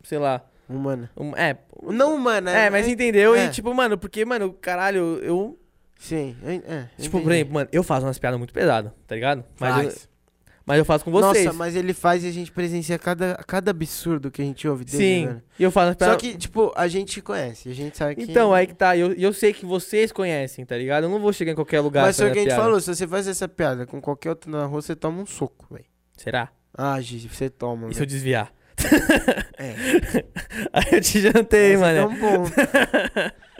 sei lá, Humana. um- é, Não humana, é, mas entendeu? é. E tipo, mano, porque, mano, caralho, eu, Sim, eu en- é. eu tipo, por entendi. exemplo, mano, eu faço umas piadas muito pesadas, tá ligado? Mas, eu, Faz. mas eu faço com vocês. Nossa, mas ele faz e a gente presencia cada, cada absurdo que a gente ouve dele, Sim, mano. e eu faço umas Só piadas... que, tipo, a gente conhece, a gente sabe que... Então, aí que tá, e eu, e eu sei que vocês conhecem, tá ligado? Eu não vou chegar em qualquer lugar Mas foi o fazendo que a gente né, piada. falou, se você faz essa piada com qualquer outro na rua, você toma um soco, velho. Será? Ah, Gigi, você toma, E se eu velho. desviar? É. Aí eu te jantei, Essa mano. é tão bom.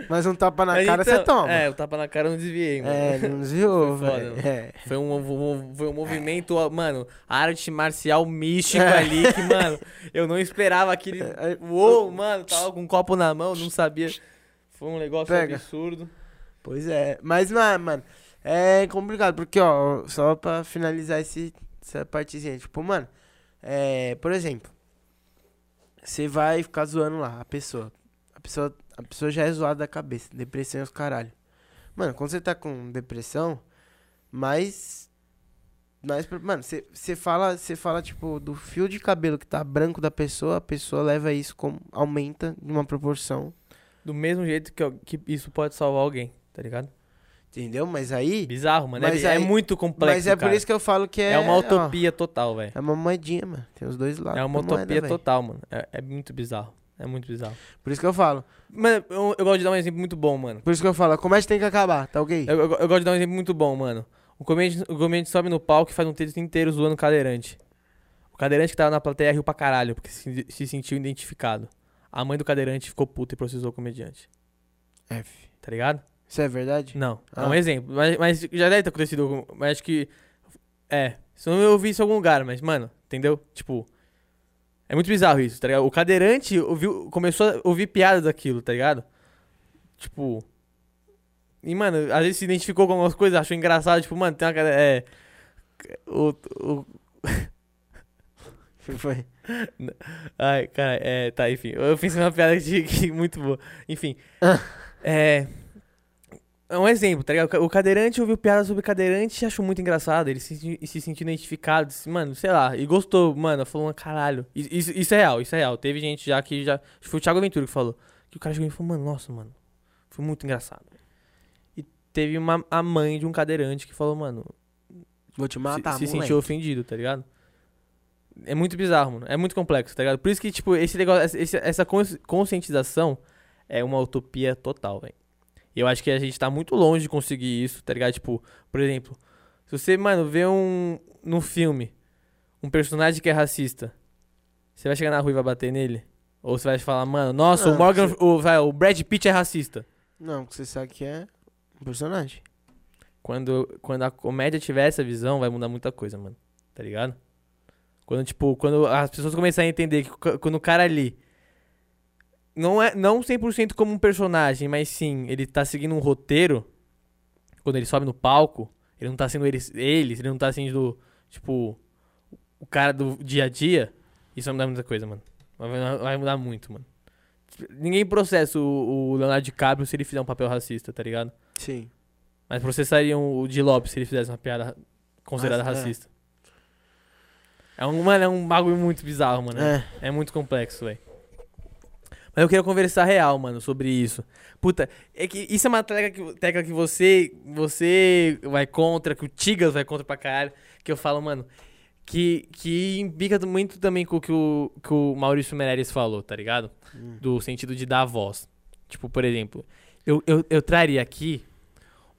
Mas um tapa na Mas cara, você então- toma. É, o tapa na cara eu não desviei, mano. É, não desviou, Foi foda, velho. mano. É. Foi, um, um- um- foi um movimento, ó, mano, arte marcial místico ali, que, mano, eu não esperava aquele. É, Uou, mano, tava com um copo na mão, não sabia. Foi um negócio Pega. absurdo. Pois é. Mas, ma- mano, é complicado, porque, ó, só pra finalizar esse, essa partezinha, tipo, mano, é, por exemplo, você vai ficar zoando lá a pessoa. A pessoa, a pessoa já é zoada da cabeça, depressão e os caralho. Mano, quando você tá com depressão, mais. mais pro- mano, você você fala, você fala, tipo, do fio de cabelo que tá branco da pessoa, a pessoa leva isso como. aumenta de uma proporção. Do mesmo jeito que, eu- que isso pode salvar alguém, tá ligado? Entendeu? Mas aí. Bizarro, mano. é Mas bi- é, aí- muito complexo. Mas é por cara. isso que eu falo que é. É uma ó, utopia total, velho. é uma moedinha, mano. Tem os dois lados. É uma da moeda, utopia velho. total, mano. É, é muito bizarro. É muito bizarro. Por isso que eu falo. Mano, eu, eu gosto de dar um exemplo muito bom, mano. Por isso que eu falo. A comédia tem que acabar, tá ok? Eu, eu- eu gosto de dar um exemplo muito bom, mano. O comediante, o comediante sobe no palco e faz um texto inteiro zoando o cadeirante. O cadeirante que tava na plateia riu pra caralho, porque se, se sentiu identificado. A mãe do cadeirante ficou puta e processou o comediante. F. Tá ligado? Isso é verdade? Não. É um Ah. exemplo. Mas, mas já deve ter acontecido. algum- Mas acho que. É. Se não eu ouvi isso em algum lugar, mas, mano, entendeu? Tipo. É muito bizarro isso, tá ligado? O cadeirante ouviu, começou a ouvir piada daquilo, tá ligado? Tipo. E, mano, às vezes se identificou com algumas coisas, achou engraçado, tipo, mano, tem uma. cade- É. O, o, Foi. Ai, cara, é, tá, enfim. Eu pensei numa piada de, que muito boa. Enfim. é. É um exemplo, tá ligado? O cadeirante ouviu piada sobre cadeirante e achou muito engraçado. Ele se, senti- se sentiu identificado, disse, mano, sei lá, e gostou, mano. Falou, "Ah, caralho. Isso, isso- isso é real, isso é real. Teve gente já que já. acho que Foi o Thiago Ventura que falou. Que o cara chegou e falou, mano, nossa, mano, foi muito engraçado. E teve uma, a mãe de um cadeirante que falou, mano, Vou te se- matar, se, moleque. sentiu ofendido, tá ligado? É muito bizarro, mano. É muito complexo, tá ligado? Por isso que, tipo, esse negócio, essa- esse- essa cons- conscientização é uma utopia total, velho. E eu acho que a gente tá muito longe de conseguir isso, tá ligado? Tipo, por exemplo, se você, mano, vê um. num filme, um personagem que é racista, você vai chegar na rua e vai bater nele? Ou você vai falar, mano, nossa, o Não, Morgan. Ah, você- O, vai, o Brad Pitt é racista. Não, porque você sabe que é um personagem. Quando, quando a comédia tiver essa visão, vai mudar muita coisa, mano. Tá ligado? Quando, tipo, quando as pessoas começarem a entender que c- quando o cara ali Não é não 100% como um personagem, mas sim, ele tá seguindo um roteiro. Quando ele sobe no palco, ele não tá sendo ele, ele ele não tá sendo, tipo, o cara do dia a dia. Isso vai mudar muita coisa, mano. Vai mudar, vai mudar muito, mano. Ninguém processa o, o Leonardo DiCaprio se ele fizer um papel racista, tá ligado? Sim. Mas processariam o de Lopes se ele fizesse uma piada considerada Mas, é. racista. É. um, mano, é um bagulho muito bizarro, mano. É. É muito complexo, velho. Mas eu queria conversar real, mano, sobre isso. Puta, é que isso é uma tecla que, tecla que você, você vai contra, que o Tigas vai contra pra caralho, que eu falo, mano, que, que implica muito também com o que o, que o Maurício Meirelles falou, tá ligado? Do sentido de dar voz. Tipo, por exemplo, eu, eu, eu traria aqui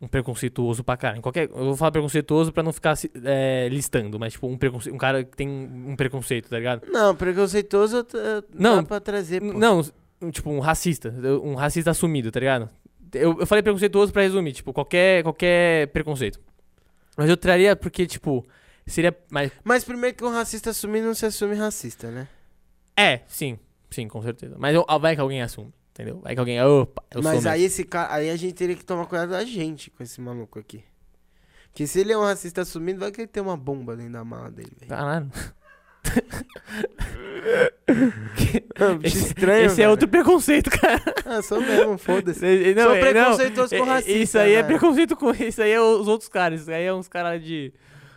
um preconceituoso pra caralho. Qualquer, eu vou falar preconceituoso pra não ficar se- é, listando, mas tipo, um, preconce, um cara que tem um preconceito, tá ligado? Não, preconceituoso tá- Não. dá pra trazer, pô. Não, um- tipo, um racista. eu- Um racista assumido, tá ligado? Eu, eu falei preconceituoso pra resumir, tipo, qualquer, qualquer preconceito. Mas eu traria porque, tipo, seria mais. Mas primeiro que um racista assumir, não se assume racista, né? É, sim, sim, com certeza. Mas eu- ah, vai que alguém assume, entendeu? Vai que alguém. Opa, eu Mas sou. aí mesmo. esse cara, aí a gente teria que tomar cuidado da gente com esse maluco aqui. Porque se ele é um racista assumido, vai que ele tem uma bomba dentro da mala dele, velho. Caralho. Não, É um bicho Esse, estranho, esse é velho. outro preconceito, cara. Ah, sou mesmo, foda-se. Esse- Sou é- preconceituoso é- com racista, né? Isso aí é velho. preconceito com. Isso aí é os outros caras. Isso aí é uns caras de.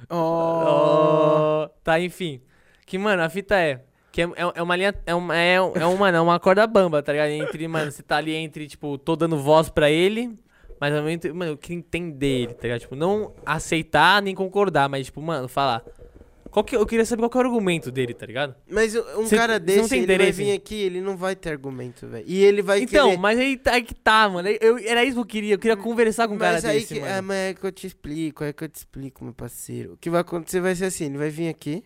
Oh. Oh. Tá, enfim. Que, mano, a fita é. Que é, é- é uma linha. É uma, é, é uma, não, uma corda bamba, tá ligado? Entre, mano, você tá ali entre, tipo, tô dando voz pra ele, mas ao mesmo tempo, mano, eu queria entender ele, tá ligado? Tipo, não aceitar nem concordar, mas, tipo, mano, falar. Qual que, eu queria saber qual que é o argumento dele, tá ligado? Mas um Cê- cara cê não desse, tem ele interesse? vai vir aqui, ele não vai ter argumento, velho. E ele vai então, querer... mas aí, tá- aí que tá, mano. Eu, era isso que eu queria. Eu queria conversar com um cara Mas aí desse, que, mano. é, mas é que eu te explico, é que eu te explico, meu parceiro. O que vai acontecer vai ser assim, ele vai vir aqui,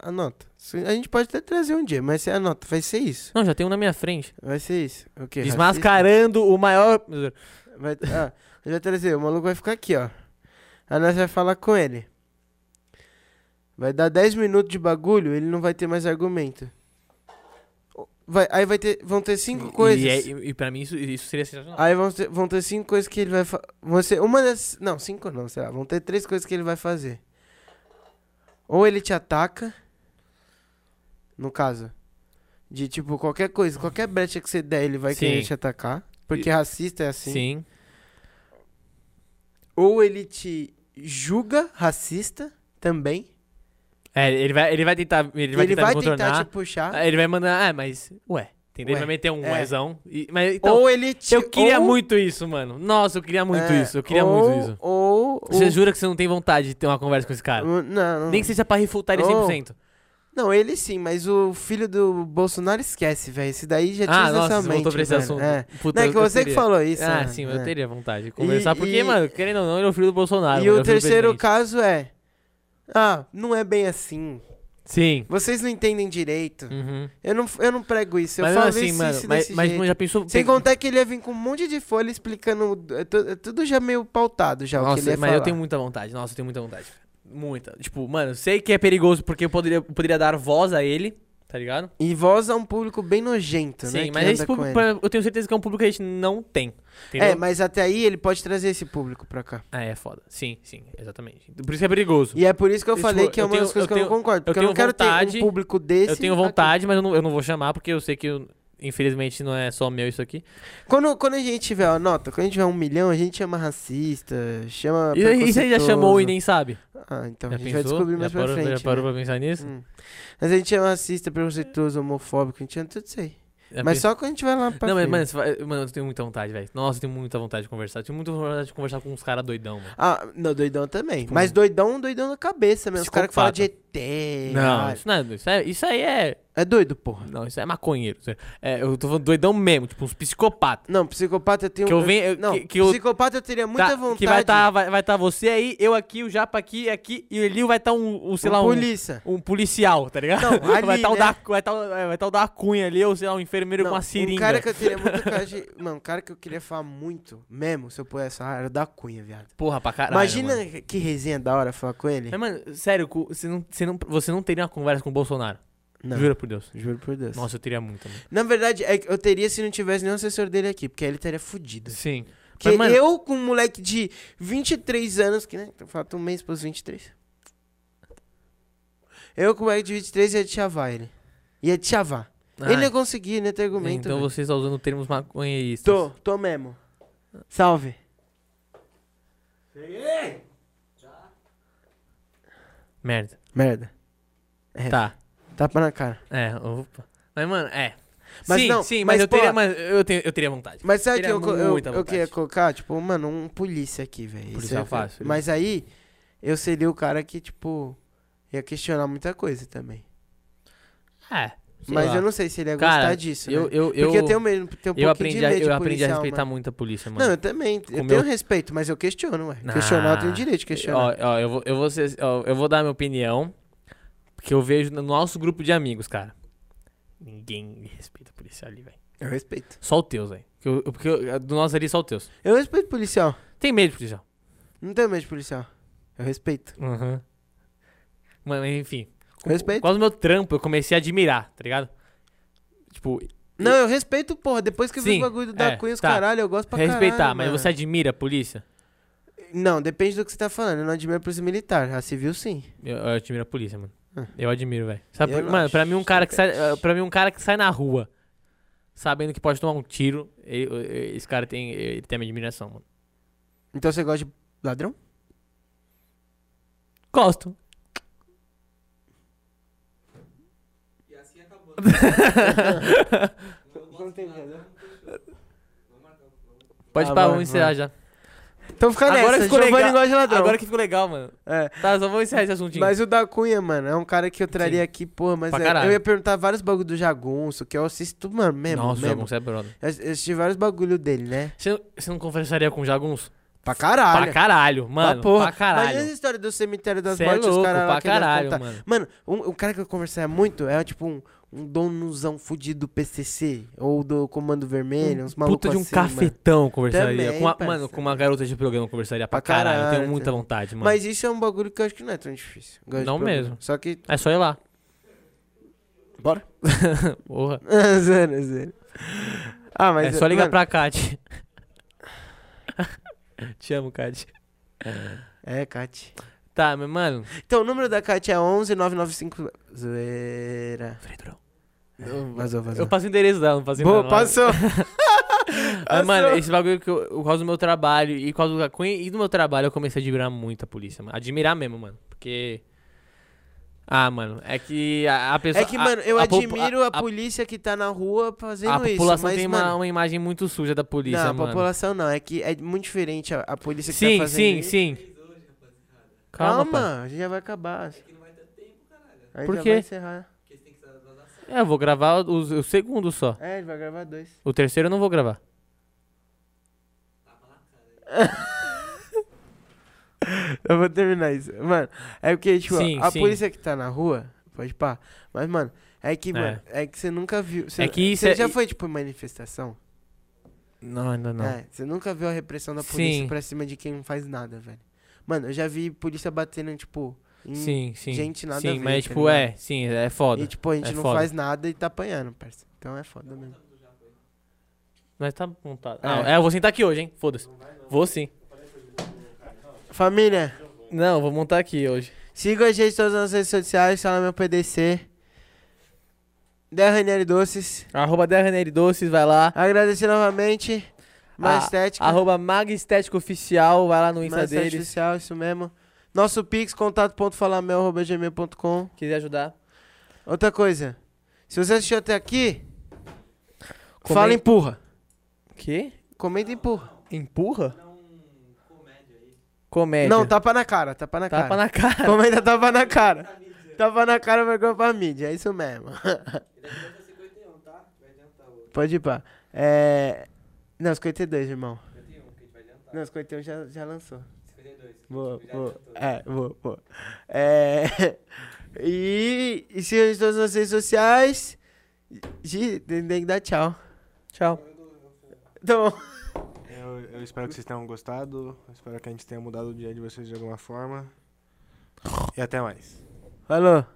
anota. Se- A gente pode até trazer um dia, mas você anota, vai ser isso. Não, já tem um na minha frente. Vai ser isso. O quê? Desmascarando o maior. racista? Vai, ah, eu já trazer, o maluco vai ficar aqui, ó. Aí nós vai falar com ele. Vai dar 10 minutos de bagulho, ele não vai ter mais argumento. Vai, aí vai ter, vão ter cinco coisas. Ah, E, é- e, e pra mim isso, isso seria sensacional. Aí vão ter, vão ter cinco coisas que ele vai fazer. Você, uma das. Não, cinco não, sei lá. Vão ter três coisas que ele vai fazer. Ou ele te ataca. No caso. De tipo, qualquer coisa, qualquer brecha que você der, ele vai Sim. querer te atacar. Porque E- racista é assim. Sim. Ou ele te julga racista também. É, ele vai, ele vai tentar. Ele vai e ele tentar vai me tentar contornar. te puxar. Aí ele vai mandar. Ah, mas. Ué. Entendeu? Ele Ué, vai meter um é. uézão. E, mas, então, ou ele te. eu queria ou- muito isso, mano. Nossa, eu queria muito é, isso. Eu queria ou- muito isso. Ou. Você ou- jura que você não tem vontade de ter uma conversa com esse cara? Não, não. Nem que seja pra refutar ele Hum. Ou- 100%. Não, ele sim, mas o filho do Bolsonaro esquece, velho. Esse daí já tinha ah, nossa, essa você mente. voltou pra esse velho. assunto. É. Puta, Não, é eu- que eu você que teria. falou isso. Ah, né? sim, É. eu teria vontade de conversar. porque, e- mano, querendo ou não, ele é o filho do Bolsonaro. E mano, o é filho do terceiro presidente. caso é. Ah, não é bem assim. Sim. Vocês não entendem direito. Uhum. Eu não, eu não prego isso. Eu mas falo mesmo assim, isso, mano. isso Mas, desse mas jeito. já pensou. Sem pe- contar que ele ia vir com um monte de folha explicando. é tu- é tudo já meio pautado já o que Nossa, ele ia mas eu falar. tenho muita vontade. Nossa, eu tenho muita vontade. Muita. Tipo, mano, eu sei que é perigoso porque eu poderia, eu poderia dar voz a ele, tá ligado? E voz a um público bem nojento, né? Sim, que mas anda esse com público, ele. pra- eu tenho certeza que é um público que a gente não tem. Entendeu? É, mas até aí ele pode trazer esse público pra cá. Ah, é foda. Sim, sim, exatamente. Por isso que é perigoso. E é por isso que eu Eu, falei tipo, que é eu uma tenho- das coisas eu que eu tenho- não concordo. Porque eu, eu não tenho quero ter vontade- um público desse. eu tenho aqui. vontade, mas eu não, eu não vou chamar porque eu sei que, eu- infelizmente, não é só meu isso aqui. Quando, quando a gente tiver, ó, nota, quando a gente tiver um milhão, a gente chama racista, chama. E aí, você já Ah, preconceituoso. chamou e nem sabe? Ah, então já a gente vai pensou? descobrir Já mais parou, pra frente. já parou né? pra pensar nisso? Hum. Mas a gente chama racista, preconceituoso, homofóbico, a gente chama tudo isso aí. Já Mas pensou? só quando a gente vai lá pra Não, mas, frente. mano, você vai- mano, eu tenho muita vontade, velho. Nossa, eu tenho muita vontade de conversar. Eu tenho muita vontade de conversar com uns caras doidão, mano. Ah, não, doidão também. Tipo, mas doidão, doidão na cabeça mesmo. Os caras que falam de ET. Não, ah, isso, não é, isso, é- isso aí é. É doido, porra. Não, isso é maconheiro. Isso é- é, eu tô falando doidão mesmo, tipo uns psicopatas. Não, psicopata eu tenho. Que eu venho- eu- Não, que- que eu- psicopata eu teria muita Tá, vontade. Que vai tá, vai, vai tá você aí, eu aqui, o Japa aqui, aqui, e o Elio vai tá um, um sei um lá, um, polícia. um policial, tá ligado? Não, ali, vai tá o né? da, vai tá, o- é, vai tá o da Cunha ali, ou sei lá, um enfermeiro Não, com uma seringa. Um cara que eu teria muito coragem. Mano, um cara que eu queria falar muito, mesmo, se eu pudesse falar, era o da Cunha, viado. Porra, pra caralho. Imagina mano. É que resenha da hora falar com ele. Mas, mano, sério, cu- você não, você, não, você não teria uma conversa com o Bolsonaro. Não. Jura por Deus. Juro por Deus. Nossa, eu teria muito. Mano. Na verdade, é que eu teria se não tivesse nenhum assessor dele aqui, porque aí ele teria fudido. Sim. Porque mano- eu, com um moleque de 23 anos, que né, falta um mês pros 23. Eu com um moleque de 23 ia te chavar ele. Ia te chavar. Ele ia Ai, conseguir, né, ter argumento. Então velho. você está usando termos maconheístas. Tô, tô mesmo. Salve. Merda. Merda. É. Tá. Tapa na cara. É, opa. Mas, mano, é. Mas sim, não, sim, mas, mas, eu, teria, porra- mas eu, tenho- eu teria vontade. Mas sabe que Teria eu, co- eu, muita eu vontade. queria colocar? Tipo, mano, um polícia aqui, velho. Polícia Isso eu- fácil, né? Mas aí, eu seria o cara que, tipo, ia questionar muita coisa também. É. sei mas lá. eu não sei se ele ia gostar Cara, disso, eu, né? eu, eu, Porque eu tenho medo, tenho um pouquinho eu aprendi, de a, medo de eu aprendi a policial, respeitar mano. muito a polícia, mano. Não, eu também. Eu Com tenho meu- respeito, mas eu questiono, ué. Nah. Questionar eu tenho direito de questionar. Ó, ó, eu, vou, eu, vou ser- ó, eu vou dar minha opinião, porque eu vejo no nosso grupo de amigos, cara. Ninguém respeita policial ali, velho. Eu respeito. Só o teus, velho. Porque, eu- porque eu- do nosso ali, só o teus. Eu respeito policial. Tem medo de policial. Não tenho medo de policial. Eu respeito. Uhum. Mano, enfim. Eu respeito. Quase o meu trampo, eu comecei a admirar, tá ligado? Tipo, Não, eu respeito, porra. Depois que eu vi Sim, o bagulho da é, Cunha, os tá. caralho, eu gosto pra respeitar, caralho, mas mano. você é admira a polícia? Não, depende do que você tá falando. Eu não admiro a polícia militar. A civil, sim. Eu, eu admiro a polícia, mano. Ah. Eu admiro, velho. Sabe, Eu por- não mano, acho, pra mim um cara que sai, eh, para mim um cara que sai na rua sabendo que pode tomar um tiro, ele- eh, esse cara tem ele tem a minha admiração, mano. Então você gosta de ladrão? Gosto. E assim acabou. Pode Ah, parar, vai, vamos encerrar já. Então fica Agora nessa. ficou Giovanni legal. gosta de ladrão. Agora que ficou legal, mano. É. Tá, só vou encerrar esse assuntinho. Mas o da Cunha, mano, é um cara que eu traria Sim. aqui, porra, mas Pra é- caralho. eu ia perguntar vários bagulhos do Jagunço, que eu assisto, mano, mesmo. Nossa, mesmo. Jagunço é brother. Eu eu assisti vários bagulho dele, né? Você, não- você não conversaria com o Jagunço? Pra caralho. Pra caralho, mano. Pra, porra. caralho. Mas a história do cemitério das Cê é mortes, louco, os caras lá pra que deve caralho, contar. mano. Mano, um, um cara que eu conversava muito é tipo um, um donuzão fudido do PCC ou do Comando Vermelho, uns malucos Puta de um assim, mano. cafetão conversaria. Também, com uma- parceiro. mano, com uma garota de programa conversaria pra, Pra caralho. Eu caralho, tenho muita entendeu? vontade, mano. Mas isso é um bagulho que eu acho que não é tão difícil. Gosto de Não problema. mesmo. Só que... É só ir lá. Bora? Porra. zero, zero. Ah, mas... é só ligar mano, pra Kat. Te amo, Kat. É, Kat. Tá, meu mano. Então, o número da Kat é 11995... Zoeira. Vazou, É. Eu vazou. passo o endereço dela, não passo Boa, ainda não. passou. Mas, Ah, mano, Passou. esse bagulho que eu, por causa do meu trabalho e por causa do Cunha e do meu trabalho, eu comecei a admirar muito a polícia, mano. Admirar mesmo, mano. Porque. Ah, mano, é que a, a pessoa. É que, a- mano, eu a popu- admiro a, a- polícia que tá na rua fazendo A isso. população mas, tem mano, uma, uma imagem muito suja da polícia, Não, a mano. população não. É que é muito diferente a, a polícia que Sim, tá fazendo sim, isso. sim. Calma, Calma, pai. a gente já vai acabar. É que não vai ter tempo, caralho. Por já quê? vai encerrar. É, eu vou gravar os, os segundos só. É, ele vai gravar dois. O terceiro eu não vou gravar. Eu vou terminar isso. Mano, é porque, tipo, Sim, a sim. polícia que tá na rua, pode pá. Mas, mano, é que, É. mano, é que você nunca viu. Você, É que isso você é- já foi, tipo, em manifestação? Não, ainda não. É, você nunca viu a repressão da polícia Sim. pra cima de quem não faz nada, velho. Mano, eu já vi polícia batendo, tipo, em Sim, sim. gente nada a Sim, ver, mas tá tipo, ligado? é, sim, é foda. E tipo, a gente É não foda. faz nada e tá apanhando, parça. Então é foda mesmo. Mas tá montado. É. Não, é, eu vou sentar aqui hoje, hein? Foda-se. Vou sim. Família, Não, vou montar aqui hoje. siga a gente em todas as redes sociais, fala meu PDC. Der Ranieri Doces. Arroba Derraneire Doces, vai lá. Agradecer novamente. Ah, Mais estética. Arroba Mag Estética Oficial, vai lá no Insta mais estética deles. oficial, isso mesmo. Nosso pix, contato.falamel.gmail.com. Quiser ajudar. Outra coisa. Se você assistiu até aqui, Comen- fala empurra. Que? Comenta e empurra. Empurra? Comédia. Não, tapa na cara, tapa na cara. É, Tapa na cara. Comenta tapa na cara. Tapa na cara, vergonha pra mídia, é isso mesmo. Pode ir pá. É... Não, 52, irmão. Não, 51 já, já lançou. 52. Boa, boa. É, boa, boa. É... E, e sigam em todas as redes sociais. Gi, tem tem que dar tchau. Tchau. Então, Eu, eu espero que vocês tenham gostado. Eu espero que a gente tenha mudado o dia de vocês de alguma forma. E até mais. falou.